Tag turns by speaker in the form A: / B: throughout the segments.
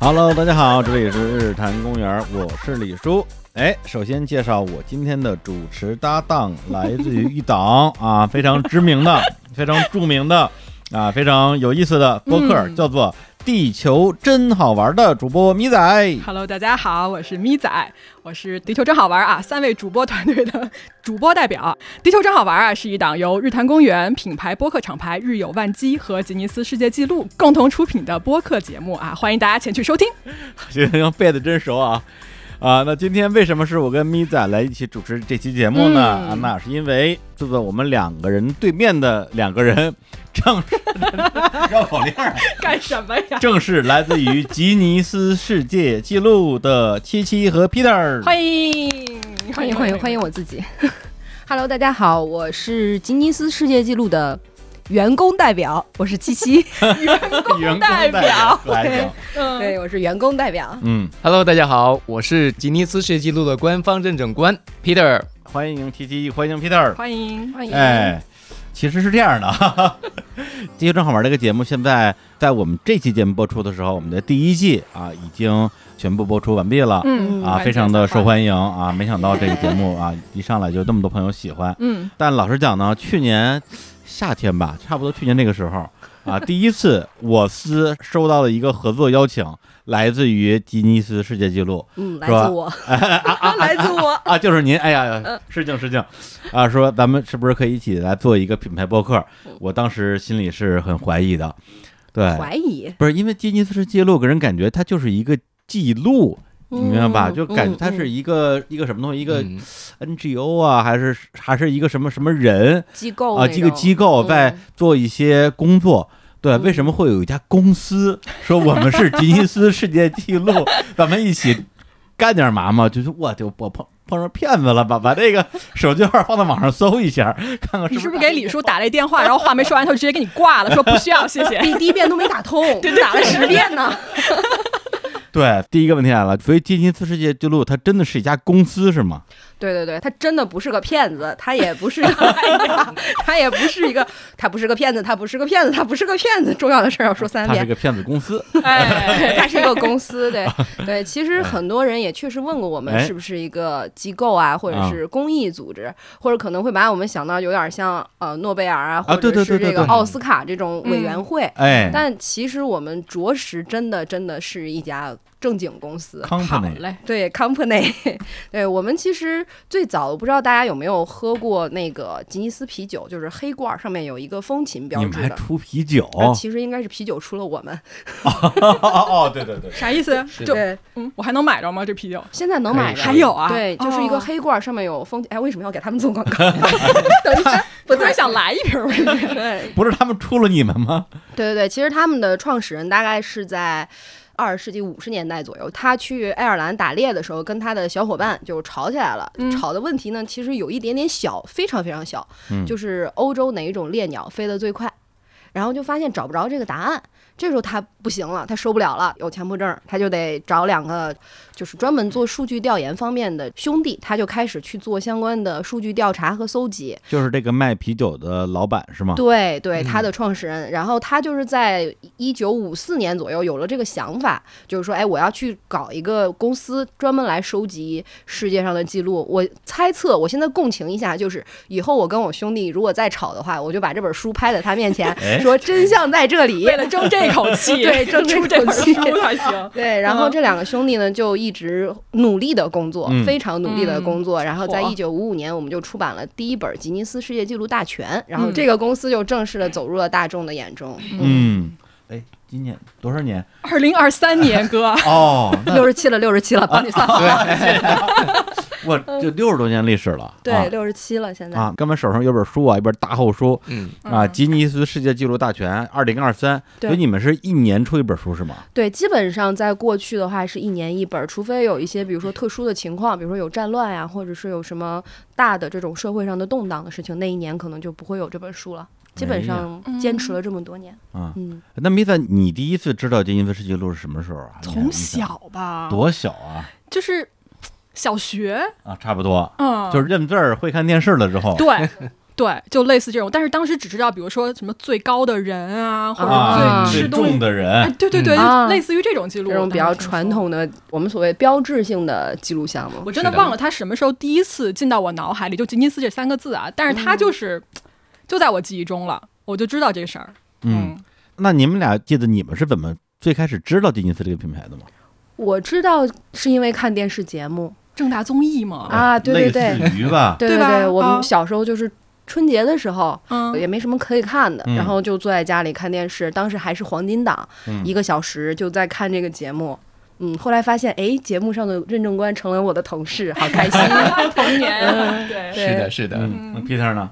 A: Hello，大家好，这里是日坛公园，我是李叔。哎，首先介绍我今天的主持搭档，来自于一档啊 非常知名的、非常著名的啊非常有意思的播客，
B: 嗯
A: 叫做《地球真好玩》的主播咪仔。
B: Hello，大家好，我是咪仔，我是地球真好玩啊三位主播团队的主播代表。地球真好玩啊是一档由日坛公园品牌播客厂牌日有万机和吉尼斯世界纪录共同出品的播客节目啊，欢迎大家前去收听。
A: 行，背的真熟啊。啊，那今天为什么是我跟咪仔来一起主持这期节目呢？
B: 嗯
A: 啊，那是因为坐在我们两个人对面的两个人，正是 绕口令儿，
B: 干什么 呀？
A: 正是来自于吉尼斯世界纪录的七七和 Peter。
B: 欢迎，
C: 欢迎欢迎欢迎！我自己。Hello，大家好，我是吉尼斯世界纪录的员工代表，我是七七。
A: 员工
B: 代表
A: 来
C: 对
A: 表，
B: 嗯，
C: 对，我是员工代表。
A: 嗯，
D: Hello，大家好，我是吉尼斯世界纪录的官方认证官 Peter。
A: 欢迎 T T，欢迎 Peter。
B: 欢迎。
C: 欢迎。
A: 哎，其实是这样的，哈 哈地球真好玩这个节目，现在在我们这期节目播出的时候，我们的第一季啊已经全部播出完毕了。
B: 嗯
A: 啊，非常的受欢迎啊！没想到这个节目啊，一上来就那么多朋友喜欢。
B: 嗯，
A: 但老实讲呢，去年夏天吧，差不多去年这个时候啊， 第一次我司收到了一个合作邀请，来自于吉尼斯世界纪录
C: 嗯，来
A: 是吧
C: 自我，来自我。
A: 啊，就是您，哎呀
C: 嗯
A: 呀，失敬失敬啊！说咱们是不是可以一起来做一个品牌播客？我当时心里是很怀疑的，对，
C: 嗯怀疑，
A: 不是因为吉尼斯世界纪录给人感觉它就是一个记录。你明白吧？
C: 嗯
A: 就感觉
C: 嗯
A: 它是
C: 嗯
A: 一个、一个什么东西，一个
D: 嗯
A: NGO 啊，还是还是一个什么什么人
C: 机构
A: 啊，
C: 那
A: 这个
C: 种
A: 机构在
C: 嗯
A: 做一些工作。对，
C: 嗯
A: 为什么会有一家公司说我们是吉尼斯世界纪录， 咱们一起干点嘛嘛？就是我就我碰碰上骗子了吧，把这个手机号放到网上搜一下，看看
B: 嗯你
A: 是
B: 是
A: 不
B: 不
A: 是
B: 是给李叔打了一电话，然后话没说完，他就直接给你挂了，说不需要，谢谢。
C: 第第一遍都没打通，打了十遍呢。
A: 对。第一个问题来了，所以吉尼斯世界纪录它真的是一家公司是吗？
C: 对对对，他真的不是个骗子，他也不是个，哎呀他也不是一个，他不是个骗子，他不是个骗子，他不是个骗子。重要的事儿要说三
A: 它
C: 遍
A: 是。个骗子公司，
B: 哎，
C: 它是一个公 司，对对。其实很多人也确实问过我们
A: 嗯哎
C: 是不是一个机构啊，或者是公益组织，或者可能会把我们想到有点像呃诺贝尔啊，或
A: 对对对
C: 者是
A: 对
C: 这个
A: 对
C: 奥斯卡这种委员会。
A: 哎
C: 但其实我们着实真的真的是一家正经公司。
B: 好
A: ，company，
B: 嘞，
C: 对 company，对 我们其实最早不知道大家有没有喝过那个吉尼斯啤酒，就是黑罐儿上面有一个风琴标
A: 你们
C: 志
A: 还
C: 的。
A: 出啤酒？
C: 那
A: 哦
C: 其实应该是啤酒出了我们，
A: 哦，对对对，
B: 啥意思？就
C: 对，
B: 嗯，我还能买着吗？这啤酒？
C: 现在能
D: 可以
C: 买
A: 哎
D: 的
C: 着
B: 还有啊，
C: 对，就是一个
B: 哦
C: 黑罐，上面有风景。哎，为什么要给他们做广告？ 等一下，
B: 我
C: 不
B: 突
C: 对
B: 然，想来一瓶 儿，
C: 对
A: 不是他们出了你们 吗？
C: 对对，其实他们的创始人大概是在。二十世纪五十年代左右，他去爱尔兰打猎的时候，跟他的小伙伴就吵起来了。
B: 嗯
C: 吵的问题呢，其实有一点点小，非常非常小，
A: 嗯
C: 就是欧洲哪一种猎鸟飞得最快。然后就发现找不着这个答案，这时候他不行了，他受不了了，有强迫症，他就得找两个就是专门做数据调研方面的兄弟，他就开始去做相关的数据调查和搜集。
A: 就是这个卖啤酒的老板是吗？
C: 对对，他的
A: 嗯
C: 创始人，然后他就是在一九五四年左右有了这个想法，就是说，哎，我要去搞一个公司，专门来收集世界上的记录。我猜测，我现在共情一下，就是以后我跟我兄弟如果再吵的话，我就把这本书拍在他面前
A: 哎，
C: 说真相在 这里
B: 为。了争这口气，
C: 对争这
B: 出这
C: 口
B: 本
C: 气
B: 书才行。
C: 对，然后这两个兄弟呢，就一直努力的工作，
A: 嗯
C: 非常努力的工作。然后在
B: 火
C: 一九五五年，我们就出版了第一本吉尼斯世界纪录大全，然后
B: 嗯
C: 这个公司就正式的走入了大众的眼中。
A: 嗯，哎，今年多少 年？
B: 二零二三 年，哥，
A: 哦，
C: 六十七了，六十七了，帮你
A: 啊
C: 算好了。
A: 我这六十多年历史了。
C: 对，六十七了，现在。
A: 啊啊，刚才手上有本书啊，一本大厚书
D: 嗯，
A: 啊，《
B: 嗯
A: 吉尼斯世界纪录大全》二零二三，
C: 对
A: 所以你们是一年出一本书是吗？
C: 对，基本上在过去的话是一年一本儿，除非有一些比如说特殊的情况，比如说有战乱呀、或者是有什么大的这种社会上的动荡的事情，那一年可能就不会有这本书了。基本上
A: 哎
C: 坚持了这么多年，
A: 啊，
C: 嗯，
A: 那米萨，你第一次知道吉尼斯世界纪录是什么时候啊？你还
B: 从小吧，
A: 多小啊？
B: 就是小学，
A: 啊，差不多，
B: 嗯，
A: 就是认字儿、会看电视了之后。
B: 对。 对，就类似这种。但是当时只知道，比如说什么最高的人啊，或
A: 啊，
B: 者最
A: 最
B: 吃东西，
A: 重的
B: 哎，
A: 人，
B: 对对对，
C: 嗯啊
B: 就类似于这种记录，
C: 这种比较传
B: 统。
C: 统的，我们所谓标志性的记录项目。
B: 我真的
D: 是的
B: 忘了他什么时候第一次进到我脑海里，就吉尼斯这三个字啊，但是
C: 嗯
B: 他就是、就在我记忆中了，我就知道这事儿。
A: 嗯，，那你们俩记得你们是怎么最开始知道吉尼斯这个品牌的吗？
C: 我知道是因为看电视节目，
B: 正大综艺嘛，
C: 啊对对对
A: 类似于吧，
C: 对
B: 对吧
C: 对，我
B: 啊
C: 们小时候就是春节的时候。也
B: 嗯，
C: 没什么可以看的，
A: 嗯
C: 然后就坐在家里看电视。当时还是黄金档，
A: 嗯
C: 一个小时就在看这个节目。嗯，后来发现，哎，节目上的认证官成了我的同事，好 嗯开心。
B: 童年，啊对，
D: 是的，是的，
A: 嗯，那 Peter 呢？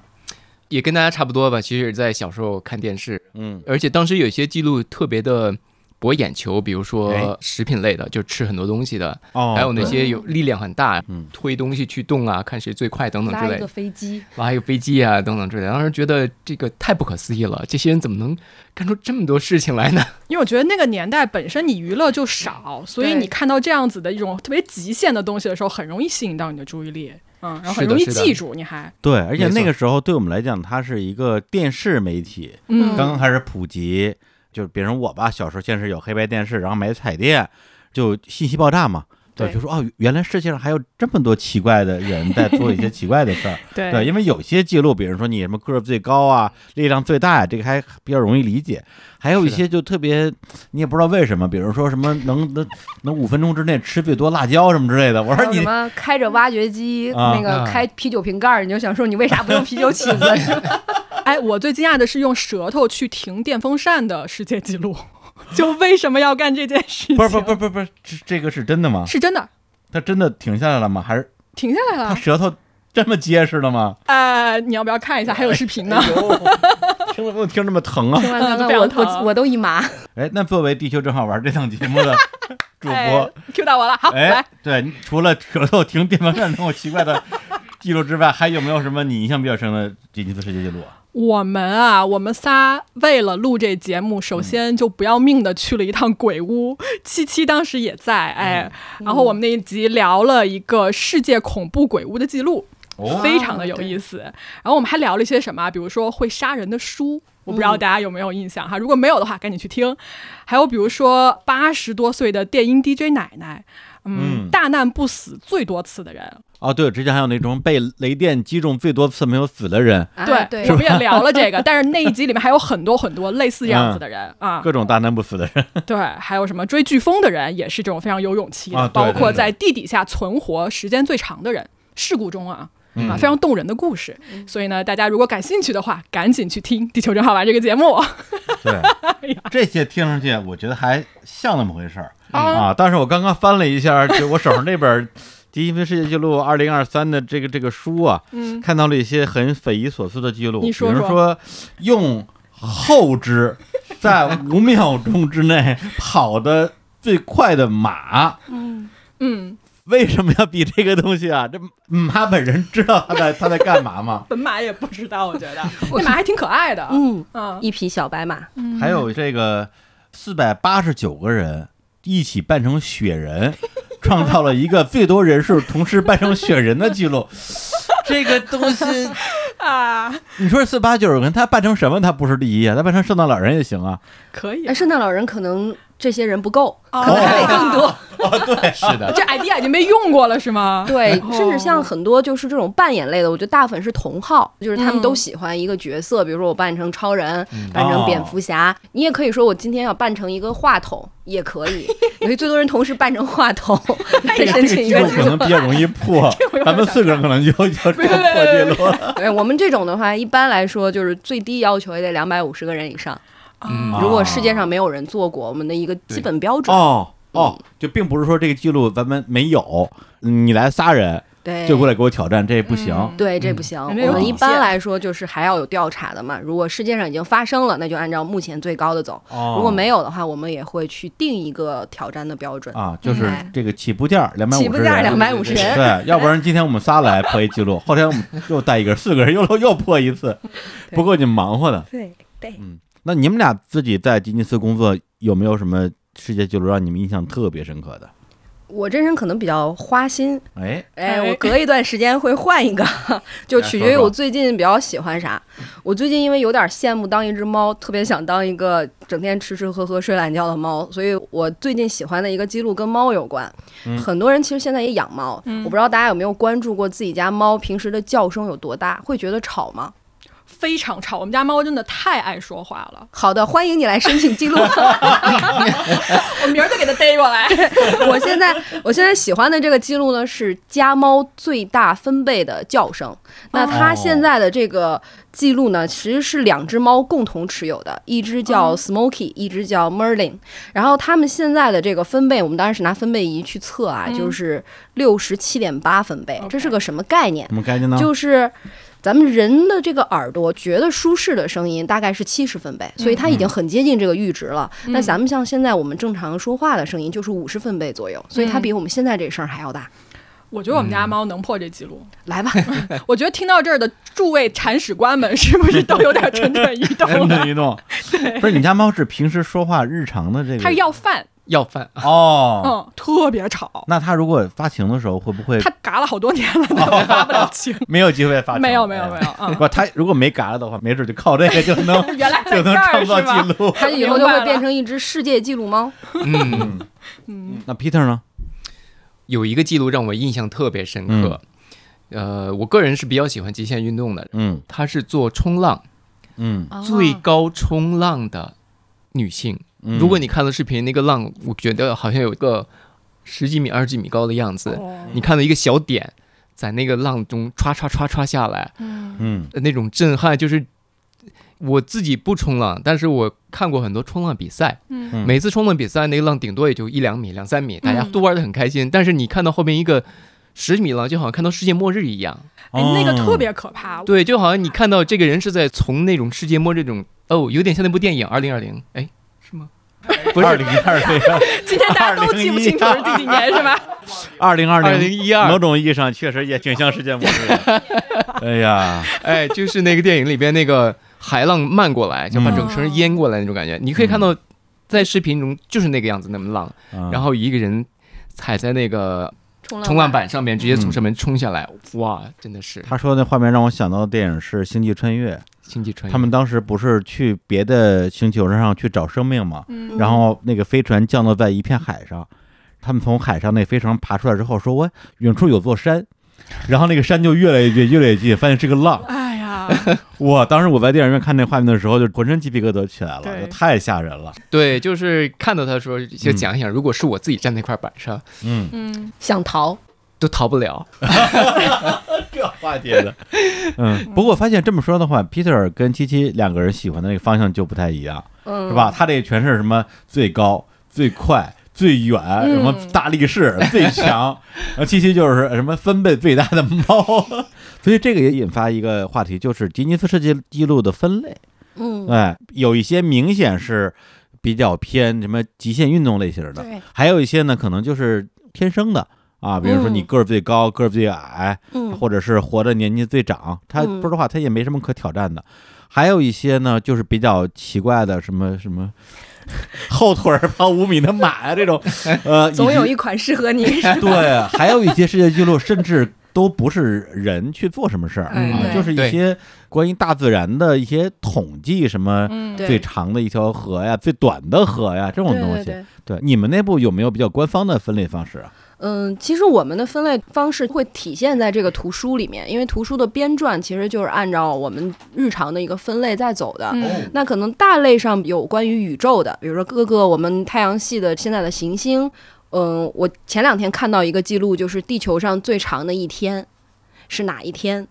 D: 也跟大家差不多吧。其实，在小时候看电视，
A: 嗯
D: 而且当时有一些记录特别的博眼球，比如
A: 哎
D: 说食品类的，就吃很多东西的，
A: 哦，
D: 还有那
A: 对
D: 些有力量很大
A: 嗯，
D: 推东西去动啊，看谁最快等等
C: 拉
D: 之
C: 一
D: 类
C: 个
D: 的，
C: 飞机，
D: 拉一个飞机啊等等之类的。当时觉得这个太不可思议了，这些人怎么能干出这么多事情来呢？
B: 因为我觉得那个年代本身你娱乐就少，所以
C: 对
B: 你看到这样子的一种特别极限的东西的时候，很容易吸引到你的注意力，嗯，然后很
D: 是的
B: 容易
D: 是的
B: 记住，你还，
A: 对，而且
D: 没错
A: 那个时候对我们来讲，它是一个电视媒体，
B: 嗯，
A: 刚刚开始普及，就是比如我吧，小时候先是有黑白电视，然后买彩电，就信息爆炸嘛。对，
C: 对
A: 就说哦，原来世界上还有这么多奇怪的人在做一些奇怪的 事儿。
B: 对
A: 对，因为有些记录，比如说你什么个儿最高啊，力量最大呀、这个还比较容易理解。还有一
D: 是的
A: 些就特别，你也不知道为什么，比如说什么能能能五分钟之内吃最多辣椒什么之类的。我
C: 还
A: 说
C: 有什
A: 你
C: 么开着挖掘机，
A: 啊
C: 那个
D: 啊
C: 开啤酒瓶盖儿，你就想说你为啥不用啤酒起 子？是吧
B: 哎，我最惊讶的是用舌头去停电风扇的世界纪录， 就为什么要干这件事情？
A: 不是不是不是不是不是，这这个是真的吗？
B: 是真的
A: 他真的停下来了吗？还是
B: 停下来了
A: 他。舌头这么结实了吗？
B: 呃，你要不要看一下？还有视频呢。
A: 哎 听着给我听这么疼啊！
C: 听完刚刚
B: 非常
C: 嗯我
B: 疼
C: 我我都一 麻。
A: 哎，那作为《地球正好玩》这档节目 的主播，
B: 哎、Q 到我了，好，
A: 哎
B: 来，，
A: 对，你除了舌头停电风扇这种奇怪的记录之外，还有没有什么你印象比较深的吉尼斯世界纪录啊？
B: 我们啊，我们仨为了录这节目，首先
A: 嗯
B: 就不要命的去了一趟鬼屋， 七七当时也在，哎，
A: 嗯
B: 然后我们那一集聊了一个世界恐怖鬼屋的记录，
A: 哦，
B: 非常的有意思。然后我们还聊了一些什么啊，比如说会杀人的书，我
A: 嗯
B: 不知道大家有没有印象哈，如果没有的话，赶紧去听。还有比如说八十多岁的电音 DJ 奶奶，嗯，
A: 嗯
B: 大难不死最多次的人，
A: 哦，对，之前还有那种被雷电击中最多次没有死的人，
C: 啊
B: 对，我们也聊了这个，但是那一集里面还有很多很多类似这样子的人啊，
A: 各种大难不死的人。
B: 对，还有什么追飓风的人也是这种非常有勇气的，
A: 啊对
B: 包括
A: 对对
B: 在地底下存活时间最长的人，事故中啊。
A: 嗯
B: 啊，非常动人的故事，所以呢，大家如果感兴趣的话，赶紧去听《地球真好玩》这个节目。
A: 对，这些听上去我觉得还像那么回事儿、啊。但是我刚刚翻了一下，就我手上那本儿《吉尼斯世界纪录二零二三》的这个这个书啊，
B: 嗯，
A: 看到了一些很匪夷所思的记录，
B: 你说说
A: 比如说用后肢在五秒钟之内跑的最快的马，
B: 嗯，
A: 为什么要比这个东西啊？这马本人知道他在他在干嘛吗？
B: 本马也不知道，我觉 得那马还挺可爱的。
C: 嗯，
B: 嗯，
C: 一匹小白马，
A: 还有这个四百八十九个人一起扮成雪 人，创造了一个最多人数同时扮成雪人的记 录。这个东西，
B: 啊，
A: 你说四八九人，他扮成什么？他不是第一啊，他扮成圣诞老人也行啊。
B: 可以
C: 哎，，圣诞老人可能这些人不够，
B: 哦
C: 可能还得更多。
D: 是的，
B: 这 idea 已经被用过了是吗？
C: 对，甚至
B: 哦
C: 像很多就是这种扮演类的，我觉得大部分是同好，就是他
B: 嗯
C: 们都喜欢一个角色，比如说我扮成超人，
A: 嗯
C: 扮成
A: 哦
C: 蝙蝠侠，你也可以说我今天要扮成一个话筒，也可 以，你可以最多人同时扮成话筒来
A: 这
C: 申
A: 个
C: 请一
A: 记
C: 个
A: 录
C: 角
A: 可能
C: 色。
A: 比较容易 破
B: 我有，点
A: 咱们四个人可能就就就破记录了。
C: 对我们这种的话，一般来说就是最低要求也得两百五十个人以上。
B: 嗯
A: 啊
C: 如果世界上没有人做过，我们的一个基本标准，
A: 哦哦，就并不是说这个记录咱们没有，你来仨人
C: 对，
A: 就过来给我挑战，这不行。
B: 嗯
C: 对，这不行。
B: 人家有
C: 我们一
B: 底线
C: 般来说就是还要有调查的嘛。如果世界上已经发生了，那就按照目前最高的走；
A: 哦
C: 如果没有的话，我们也会去定一个挑战的标准。
A: 啊，就是
C: 嗯
A: 这个起步价两百五十，
C: 起步价两百五十人，
A: 对，要不然今天我们仨来破一记录，后天我们又带一个，四个人又又破一次，
C: 对
A: 不够你忙活的。
C: 对对
A: 那你们俩自己在吉尼斯工作有没有什么世界纪录让你们印象特别深刻的？
C: 我这人可能比较花心，
A: 哎，
C: 哎，
B: 哎
C: 我隔一段时间会 换一个，就
A: 来
C: 取
A: 说
C: 决于
A: 说
C: 我最近比较喜欢啥。
A: 哎
C: 我最近因为有点羡慕当一只猫，特别想当一个整天吃吃喝喝、睡懒觉的猫，所以我最近喜欢的一个记录跟猫有关。
A: 嗯
C: 很多人其实现在也养猫，
B: 嗯
C: 我不知道大家有没有关注过自己家猫平时的叫声有多大，会觉得吵吗？
B: 非常吵。我们家猫真的太爱说话了，
C: 好的，欢迎你来申请记录。
B: 我明儿就给它逮过来。
C: 我现在我现在喜欢的这个记录呢是家猫最大分贝的叫声。那它现在的这个记录呢，其实是两只猫共同持有的，一只叫
B: 哦
C: Smoky，一只叫 Merlin。然后它们现在的这个分贝，我们当然是拿分贝仪去测啊，
B: 嗯
C: 就是六十七点八分贝。
B: OK
C: 这是个什么概念？
A: 怎么概念呢？
C: 就是咱们人的这个耳朵觉得舒适的声音大概是七十分贝，所以它已经很接近这个阈值了。
B: 嗯
C: 那咱们像现在我们正常说话的声音就是五十分贝左右，所以它比我们现在这声儿还要大。
B: 我觉得我们家猫能破这记录。
C: 来吧，
B: 我觉得听到这儿的诸位铲屎官们是不是都有点蠢蠢欲 动啊
A: 蠢
B: 了？
A: 蠢欲动。不是你家猫是平时说话日常的这个？
B: 它是要饭，
D: 要饭啊，
A: 哦。
B: 嗯，特别吵。
A: 那它如果发情的时候会不会
B: 它嘎了好多年了，我发不了情。
A: 没有机会发情？
B: 没有没有没
A: 哎
B: 有，嗯，
A: 不，它如果没嘎了的话，没准就靠这个就能
B: 原来在
A: 就能
B: 这儿
A: 创造
B: 是吧？
A: 记录。
C: 它以后就会变成一只世界纪录猫。
D: 嗯，
B: 嗯，
A: 那 Peter 呢？
D: 有一个记录让我印象特别深刻，呃，我个人是比较喜欢极限运动的，
A: 嗯
D: 她是做冲浪
A: 嗯
C: 哦
D: 最高冲浪的女性。
A: 嗯，
D: 如果你看了视频，那个浪，我觉得好像有一个十几米、二十几米高的样子，
B: 哦
D: 你看到一个小点在那个浪中唰唰唰唰下来，
B: 嗯
A: 嗯
D: 呃那种震撼就是。我自己不冲浪，但是我看过很多冲浪比赛。
B: 嗯
A: 嗯
D: 每次冲浪比赛，那个浪顶多也就一两米、两三米，大家
B: 嗯
D: 都玩得很开心。但是你看到后面一个十米浪，就好像看到世界末日一样。
B: 哎，那
A: 哦
B: 个特别可怕。
D: 对，就好像你看到这个人是在从那种世界末日这种哦，有点像那部电影《二零二零》，哎，是吗？不是
A: 二零二零
B: 今天大家都记不清楚是第几年是吧？
A: 二零二
D: 二
A: 零。
D: 零一
A: 某
D: 二，
A: 种意义上确实也挺像世界末日的。哎呀，
D: 哎，就是那个电影里边那个海浪漫过来，就把整个人淹过来那种感觉。你可以看到，在视频中就是那个样子，那么浪，
A: 然
D: 然后一个人踩在那个
C: 冲
D: 冲浪板上面，直接
A: 嗯
D: 从上面冲下来，哇，真的是
A: 他说那画面让我想到的电影是《星际穿越》，
D: 星际穿越。
A: 他们当时不是去别的星球上去找生命嘛，
B: 嗯
A: 然后那个飞船降落在一片海上，他们从海上那飞船爬出来之后说，我远处有座山。然后那个山就越来越近，越来越近，发现是个浪。
B: 哎呀，
A: 哇！当时我在电影院看那画面的时候，就浑身鸡皮疙瘩起来了，
B: 对
A: 就太吓人了。
D: 对，就是看到他说，就讲一讲，如果是我自己站那块板上，
A: 嗯，
B: 嗯，
C: 想逃，
D: 都逃不了。
A: 这话题的。嗯，不过我发现这么说的话，Peter 跟七七两个人喜欢的那个方向就不太一样。
C: 嗯，
A: 是吧？？他这全是什么最高、最快、最远，什么大力士、最强，然后七七就是什么分贝最大的猫， 所以这个也引发一个话题，就是吉尼斯世界纪录的分类。
C: 嗯，
A: 哎，有一些明显是比较偏什么极限运动类型的，
C: 对，
A: 还有一些呢可能就是天生的。啊，比如说你
C: 嗯
A: 个儿最高，个儿最矮，
C: 嗯，
A: 或者是活着年纪最长，他
C: 嗯
A: 不是的话，他也没什么可挑战的。还有一些呢，就是比较奇怪的，什么什么后腿儿跑五米的马呀、这 种，呃，
C: 总有
A: 以及
C: 一款适合你。
A: 对，还有一些世界纪录，甚至都不是人去做什么事儿、
C: 嗯
A: 啊，
C: 对
A: 就是一
D: 对
A: 些关于大自然的一些统计，什么
B: 嗯
C: 对
A: 最长的一条河呀、最短的河呀这种
C: 对
A: 东西。
C: 对
A: 对
C: 对，
A: 你们内部有没有比较官方的分类方式啊？
C: 嗯，其实我们的分类方式会体现在这个图书里面，因为图书的编撰其实就是按照我们日常的一个分类在走的。
B: 嗯
C: 那可能大类上有关于宇宙的，比如说各个我们太阳系的现在的行星。嗯，我前两天看到一个记录，就是地球上最长的一天是哪一天？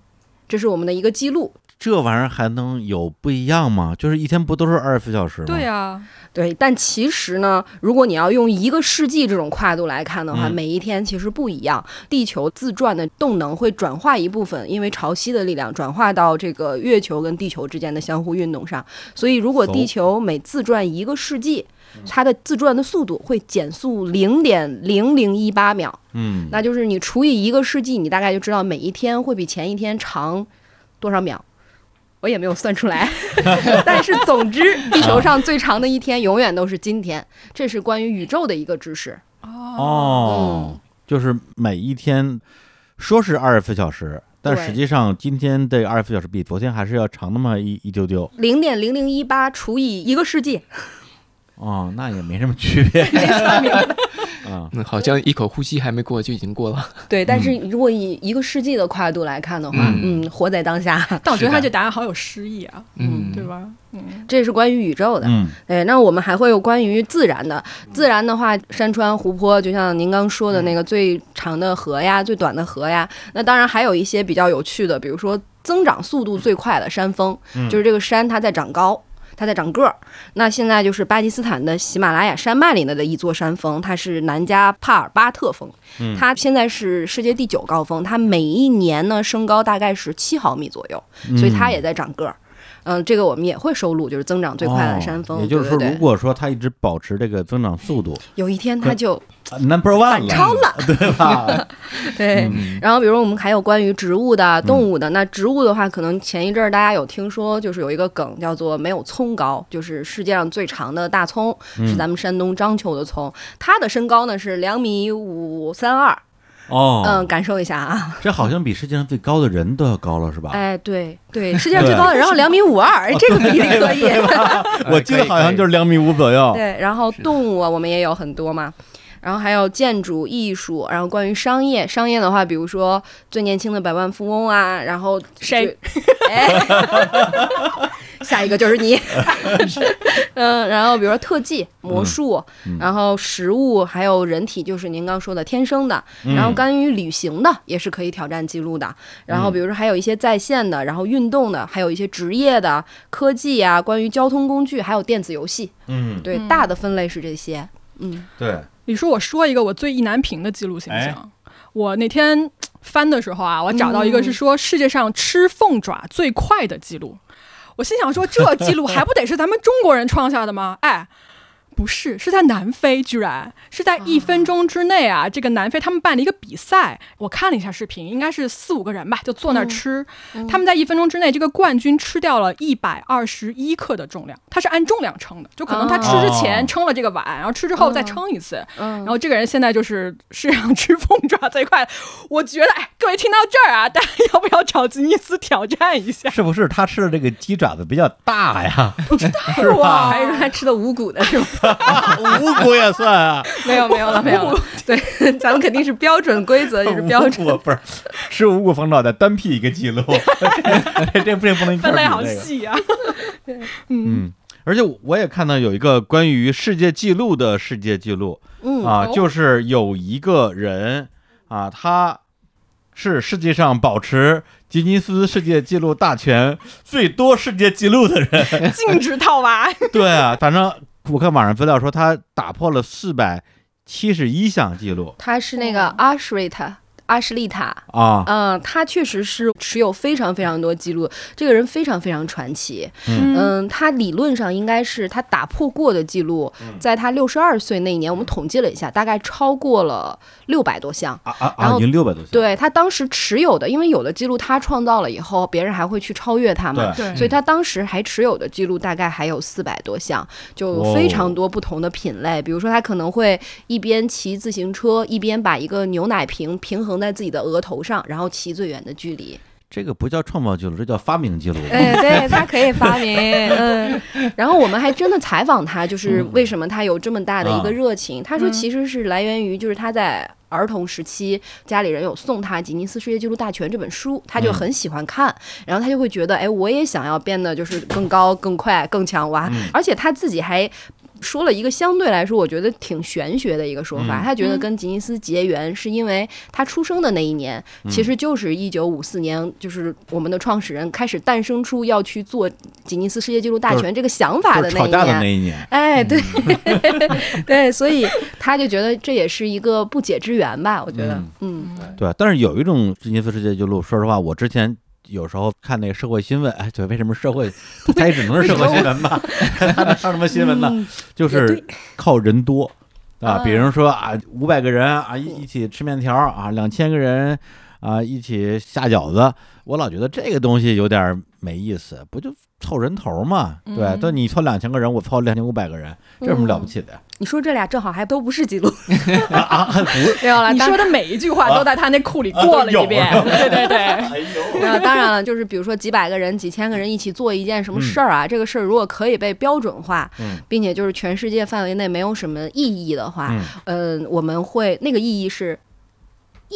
C: 这是我们的一个记录。
A: 这玩意儿还能有不一样吗？就是一天不都是二十四小时吗？
B: 对啊呀，
C: 对，但其实呢，如果你要用一个世纪这种跨度来看的话，
A: 嗯
C: 每一天其实不一样。地球自转的动能会转化一部分，因为潮汐的力量转化到这个月球跟地球之间的相互运动上。所以，如果
A: 走嗯
C: 地球每自转一个世纪，它的自转的速度会减速零点零零一八秒，
A: 嗯，
C: 那就是你除以一个世纪，你大概就知道每一天会比前一天长多少秒。我也没有算出来， 但是总之，地球上最长的一天永远都是今天，这是关于宇宙的一个知识。
A: 哦，
C: 嗯
A: 就是每一天说是二十四小时，但
C: 对
A: 实际上今天这二十四小时比昨天还是要长那么一一丢丢
C: 零点零零一八除以一个世纪，
A: 哦，那也没什么区别啊。
D: 嗯，好像一口呼吸还没过就已经过了。
C: 对。但是如果以一个世纪的跨度来看的话，
D: 嗯
C: 嗯，活在当下，
B: 但我觉
D: 是
B: 得
D: 的
B: 他这答案好有诗意啊，
D: 嗯，
B: 对吧？嗯，
C: 这是关于宇宙的。
A: 嗯，
C: 对，哎那我们还会有关于自然的，自然的话，山川湖泊，就像您刚说的那个最长的河呀，最短的河呀。那当然还有一些比较有趣的，比如说增长速度最快的山峰，就是这个山它在长高。它在长个儿，那现在就是巴基斯坦的喜马拉雅山脉里的的一座山峰，它是南迦帕尔巴特峰，它现在是世界第九高峰，它每一年呢升高大概是七毫米左右，所以
A: 嗯
C: 它也在长个儿。嗯，这个我们也会收录，就是增长最快的山峰。
A: 哦也就是说，
C: 对对
A: 如
C: 对
A: 果说它一直保持这个增长速度
C: 有一天它就
A: 呃，number one
C: 反超
A: 了，
C: 了，
A: 对吧？
C: 对。
A: 嗯
C: 然后，比如我们还有关于植物的、动物的。那植物的话，可能前一阵儿大家有听说，就是有一个梗叫做“没有葱高”，就是世界上最长的大葱
A: 嗯
C: 是咱们山东章丘的葱，它的身高呢是两米五三二。嗯，
A: 哦，
C: 感受一下啊，
A: 这好像比世界上最高的人都要高了，是吧？
C: 哎，对 对，世界上最高的，然后两米五二，哎这个比例可以。
A: 我记得好像就是两米五左右。
C: 对，然后动物啊，我们也有很多嘛。然后还有建筑艺术，然后关于商业，商业的话，比如说最年轻的百万富翁啊，然后
B: 谁
C: 最？哎， 下一个就是你。嗯，然后比如说特技、魔术，然后食物，还有人体，就是您刚说的天生的。
A: 嗯
C: 然后关于旅行的也是可以挑战记录的。然后比如说还有一些在线的，然后运动的，还有一些职业的、科技啊，关于交通工具，还有电子游戏。
A: 嗯，
C: 对，
B: 嗯
C: 大的分类是这些。嗯，
A: 对，
B: 李叔，我说一个我最意难平的记录形象。我那天翻的时候啊，我找到一个是说世界上吃凤爪最快的记录。我心想说，这记录还不得是咱们中国人创下的吗？哎，不是，是在南非，居然是在一分钟之内啊！这个南非他们办了一个比赛，我看了一下视频，应该是四五个人吧，就坐那儿吃。他们在一分钟之内，这个冠军吃掉了一百二十一克的重量，他是按重量称的，就可能他吃之前
A: 哦
B: 称了这个碗，然后吃之后再称一次。
C: 嗯
B: 然后这个人现在就是世界上吃凤爪最快的，我觉得，哎，各位听到这儿啊，大家要不要找吉尼斯挑战一下？
A: 是不是他吃的这个鸡爪子比较大呀？
B: 是吧
C: 还是说他吃的五谷的是吗？
A: 五谷啊也算啊，
C: 没有没有了没有了。对， 咱们肯定是标准规则，就是标准。
A: 五谷不是吃五谷凤爪的单辟一个记录，这这不这不能一块儿
B: 分
A: 比
B: 类好
A: 这个。
B: 细啊！
A: 嗯，而且我也看到有一个关于世界纪录的世界纪录
C: 嗯，
A: 啊，
B: 哦
A: 就是有一个人啊，他是世界上保持吉尼斯世界纪录大全最多世界纪录的人。
B: 禁止套娃，
A: 对啊，反正我看网上资料说他打破了四百七十一项记录
C: 他是那个阿什瑞塔，阿什利塔。
A: 啊，
C: 嗯、他确实是持有非常非常多记录，这个人非常非常传奇。
B: 嗯，
C: 嗯，他理论上应该是他打破过的记录，在他六十二岁那一年，我们统计了一下，大概超过了六百多项。
A: 啊啊
C: 然
A: 啊，
C: 后
A: 已经六百多项。
C: 对他当时持有的，因为有的记录他创造了以后，别人还会去超越他嘛。
A: 对
B: 对
C: 所以他当时还持有的记录大概还有四百多项，就非常多不同的品类。比如说，他可能会一边骑自行车，一边把一个牛奶瓶平衡在自己的额头上，然后骑最远的距离。
A: 这个不叫创造记录，这叫发明记录。
C: 哎，对他可以发 明，嗯。 然后我们还真的采访他，就是为什么他有这么大的一个热情？他说其实是来源于就是他在。儿童时期，家里人有送他《吉尼斯世界纪录大全》这本书，他就很喜欢看，然后他就会觉得，哎，我也想要变得就是更高、更快、更强哇！而且他自己还说了一个相对来说我觉得挺玄学的一个说法，他觉得跟吉尼斯结缘是因为他出生的那一年，
A: 嗯
C: 其实就是一九五四年，就是我们的创始人开始诞生出要去做吉尼斯世界纪录大全这个想法
A: 就是
C: 那
A: 吵
C: 一
A: 架的那
C: 年。
A: 一年，嗯
C: 哎，对，对， 所以他就觉得这也是一个不解之缘吧，我觉得，嗯，
A: 对，啊但是有一种吉尼斯世界纪录，说实话，我之前有时候看那个社会新闻，哎，对，为什么社会它也只能是社会新闻 吧？它能上什么新闻
C: 嗯
A: 呢？就是靠人
C: 嗯
A: 啊多啊，比如说啊，五百个人啊一一起吃面条啊，两千个人。啊，一起下饺子。我老觉得这个东西有点儿没意思，不就凑人头嘛？对，
B: 嗯
A: 但你凑两千个人，我凑两千五百个人，这有什么了不起的呀？ 啊
C: 你说这俩正好还都不是记录，
A: 不，
C: 没有了。
B: 你
C: 当
B: 说的每一句话都在他那库里
A: 啊
B: 过了
A: 都有
B: 一遍，对对对，
A: 哎呦，
C: 那当然了，就是比如说几百个人、几千个人一起做一件什么事儿啊，这个事儿如果可以被标准化，
A: 嗯
C: 并且就是全世界范围内没有什么意义的话，
A: 嗯，
C: 嗯、我们会那个意义是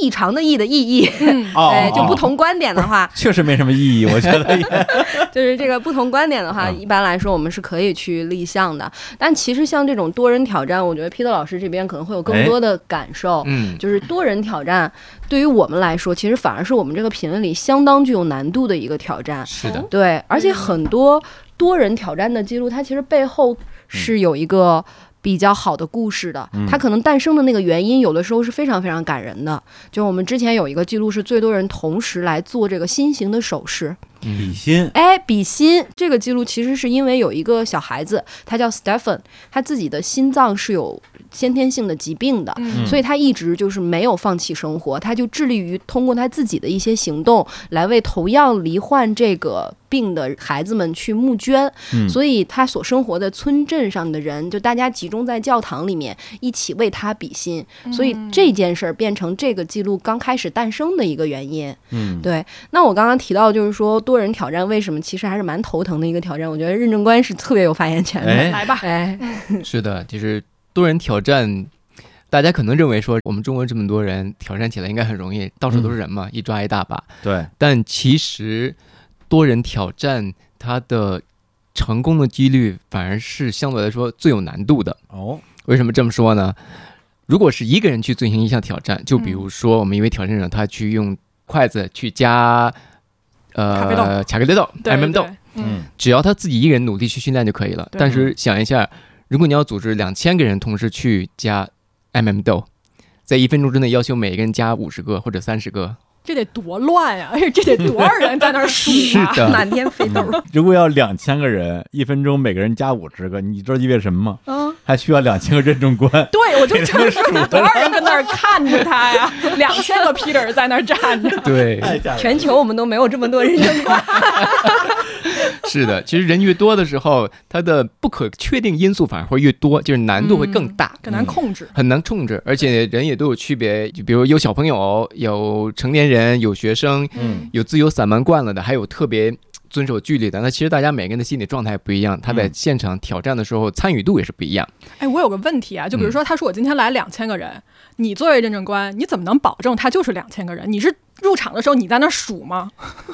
C: 异常的异的意义，
A: 哦，
C: 哎，就不
A: 哦，
C: 同观点 的话，
A: 确实没什么意义，我觉得也。
C: 就是这个不同观点的话，
A: 嗯
C: 一般来说我们是可以去立项的。但其实像这种多人挑战，我觉得 Peter 老师这边可能会有
A: 哎
C: 更多的感受。
D: 嗯，
C: 就是多人挑战，对于我们来说，其实反而是我们这个品类里相当具有难度的一个挑战。
D: 是的，
C: 对，而且很多多人挑战的记录，它其实背后是有一个比较好的故事的。它可能诞生的那个原因，有的时候是非常非常感人的。就我们之前有一个记录是最多人同时来做这个新型的手势，
D: 嗯
A: 比心，
C: 哎，比心这个记录其实是因为有一个小孩子，他叫 Stephen，他自己的心脏是有先天性的疾病的。
B: 嗯
C: 所以他一直就是没有放弃生活，他就致力于通过他自己的一些行动来为同样罹患这个病的孩子们去募捐。
A: 嗯
C: 所以他所生活的村镇上的人，就大家集中在教堂里面一起为他比心。
B: 嗯
A: 嗯
C: 所以这件事儿变成这个记录刚开始诞生的一个原因。
A: 嗯，
C: 对，那我刚刚提到就是说多人挑战为什么其实还是蛮头疼的一个挑战，我觉得认证官是特别有发言权的。
A: 哎
B: 来吧，嗯
C: 哎
D: 是的，就是多人挑战，大家可能认为说我们中国这么多人挑战起来应该很容易，到处都是人嘛，一嗯抓一大把。
A: 对，
D: 但其实多人挑战它的成功的几率反而是相对来说最有难度的。
A: 哦，
D: 为什么这么说呢？如果是一个人去进行一项挑战，就比
B: 嗯
D: 如说我们一位挑战者他去用筷子去夹。
B: 咖啡豆
D: 呃，巧克力豆、
B: 对
D: M&M 豆，，
B: 对嗯，
A: 嗯
D: 只要他自己一个人努力去训练就可以了。
B: 对
D: 但是想一下，如果你要组织两千个人同时去加 MM 豆，在一分钟之内要求每个人加五十个或者三十个，
B: 这得多乱啊呀，而且这得多少人在那儿数啊，
D: 的
C: 满天飞豆。
A: 如果要两千个人，一分钟每个人加五十个，你知道意味着什么吗？
B: 嗯。
A: 还需要两千个认证官。
B: 对，我就正说得多少人在那儿看着他呀，两千个 Peter 在那儿站着，
D: 对
A: 太吓人了
C: 全球我们都没有这么多人认证。
D: 是的，其实人越多的时候，它的不可确定因素反而会越多，就是难度会更大，
B: 更难控制。
D: 很难控制。而且人也都有区别，就比如有小朋友，有成年人，有学生，
A: 嗯，
D: 有自由散漫惯了的，还有特别。遵守纪律的，那其实大家每个人的心理状态不一样，他在
A: 嗯
D: 现场挑战的时候参与度也是不一样。
B: 哎，我有个问题啊，就比如
D: 嗯
B: 说，他说我今天来两千个人，你作为认证官，你怎么能保证他就是两千个人？你是入场的时候你在那儿数吗？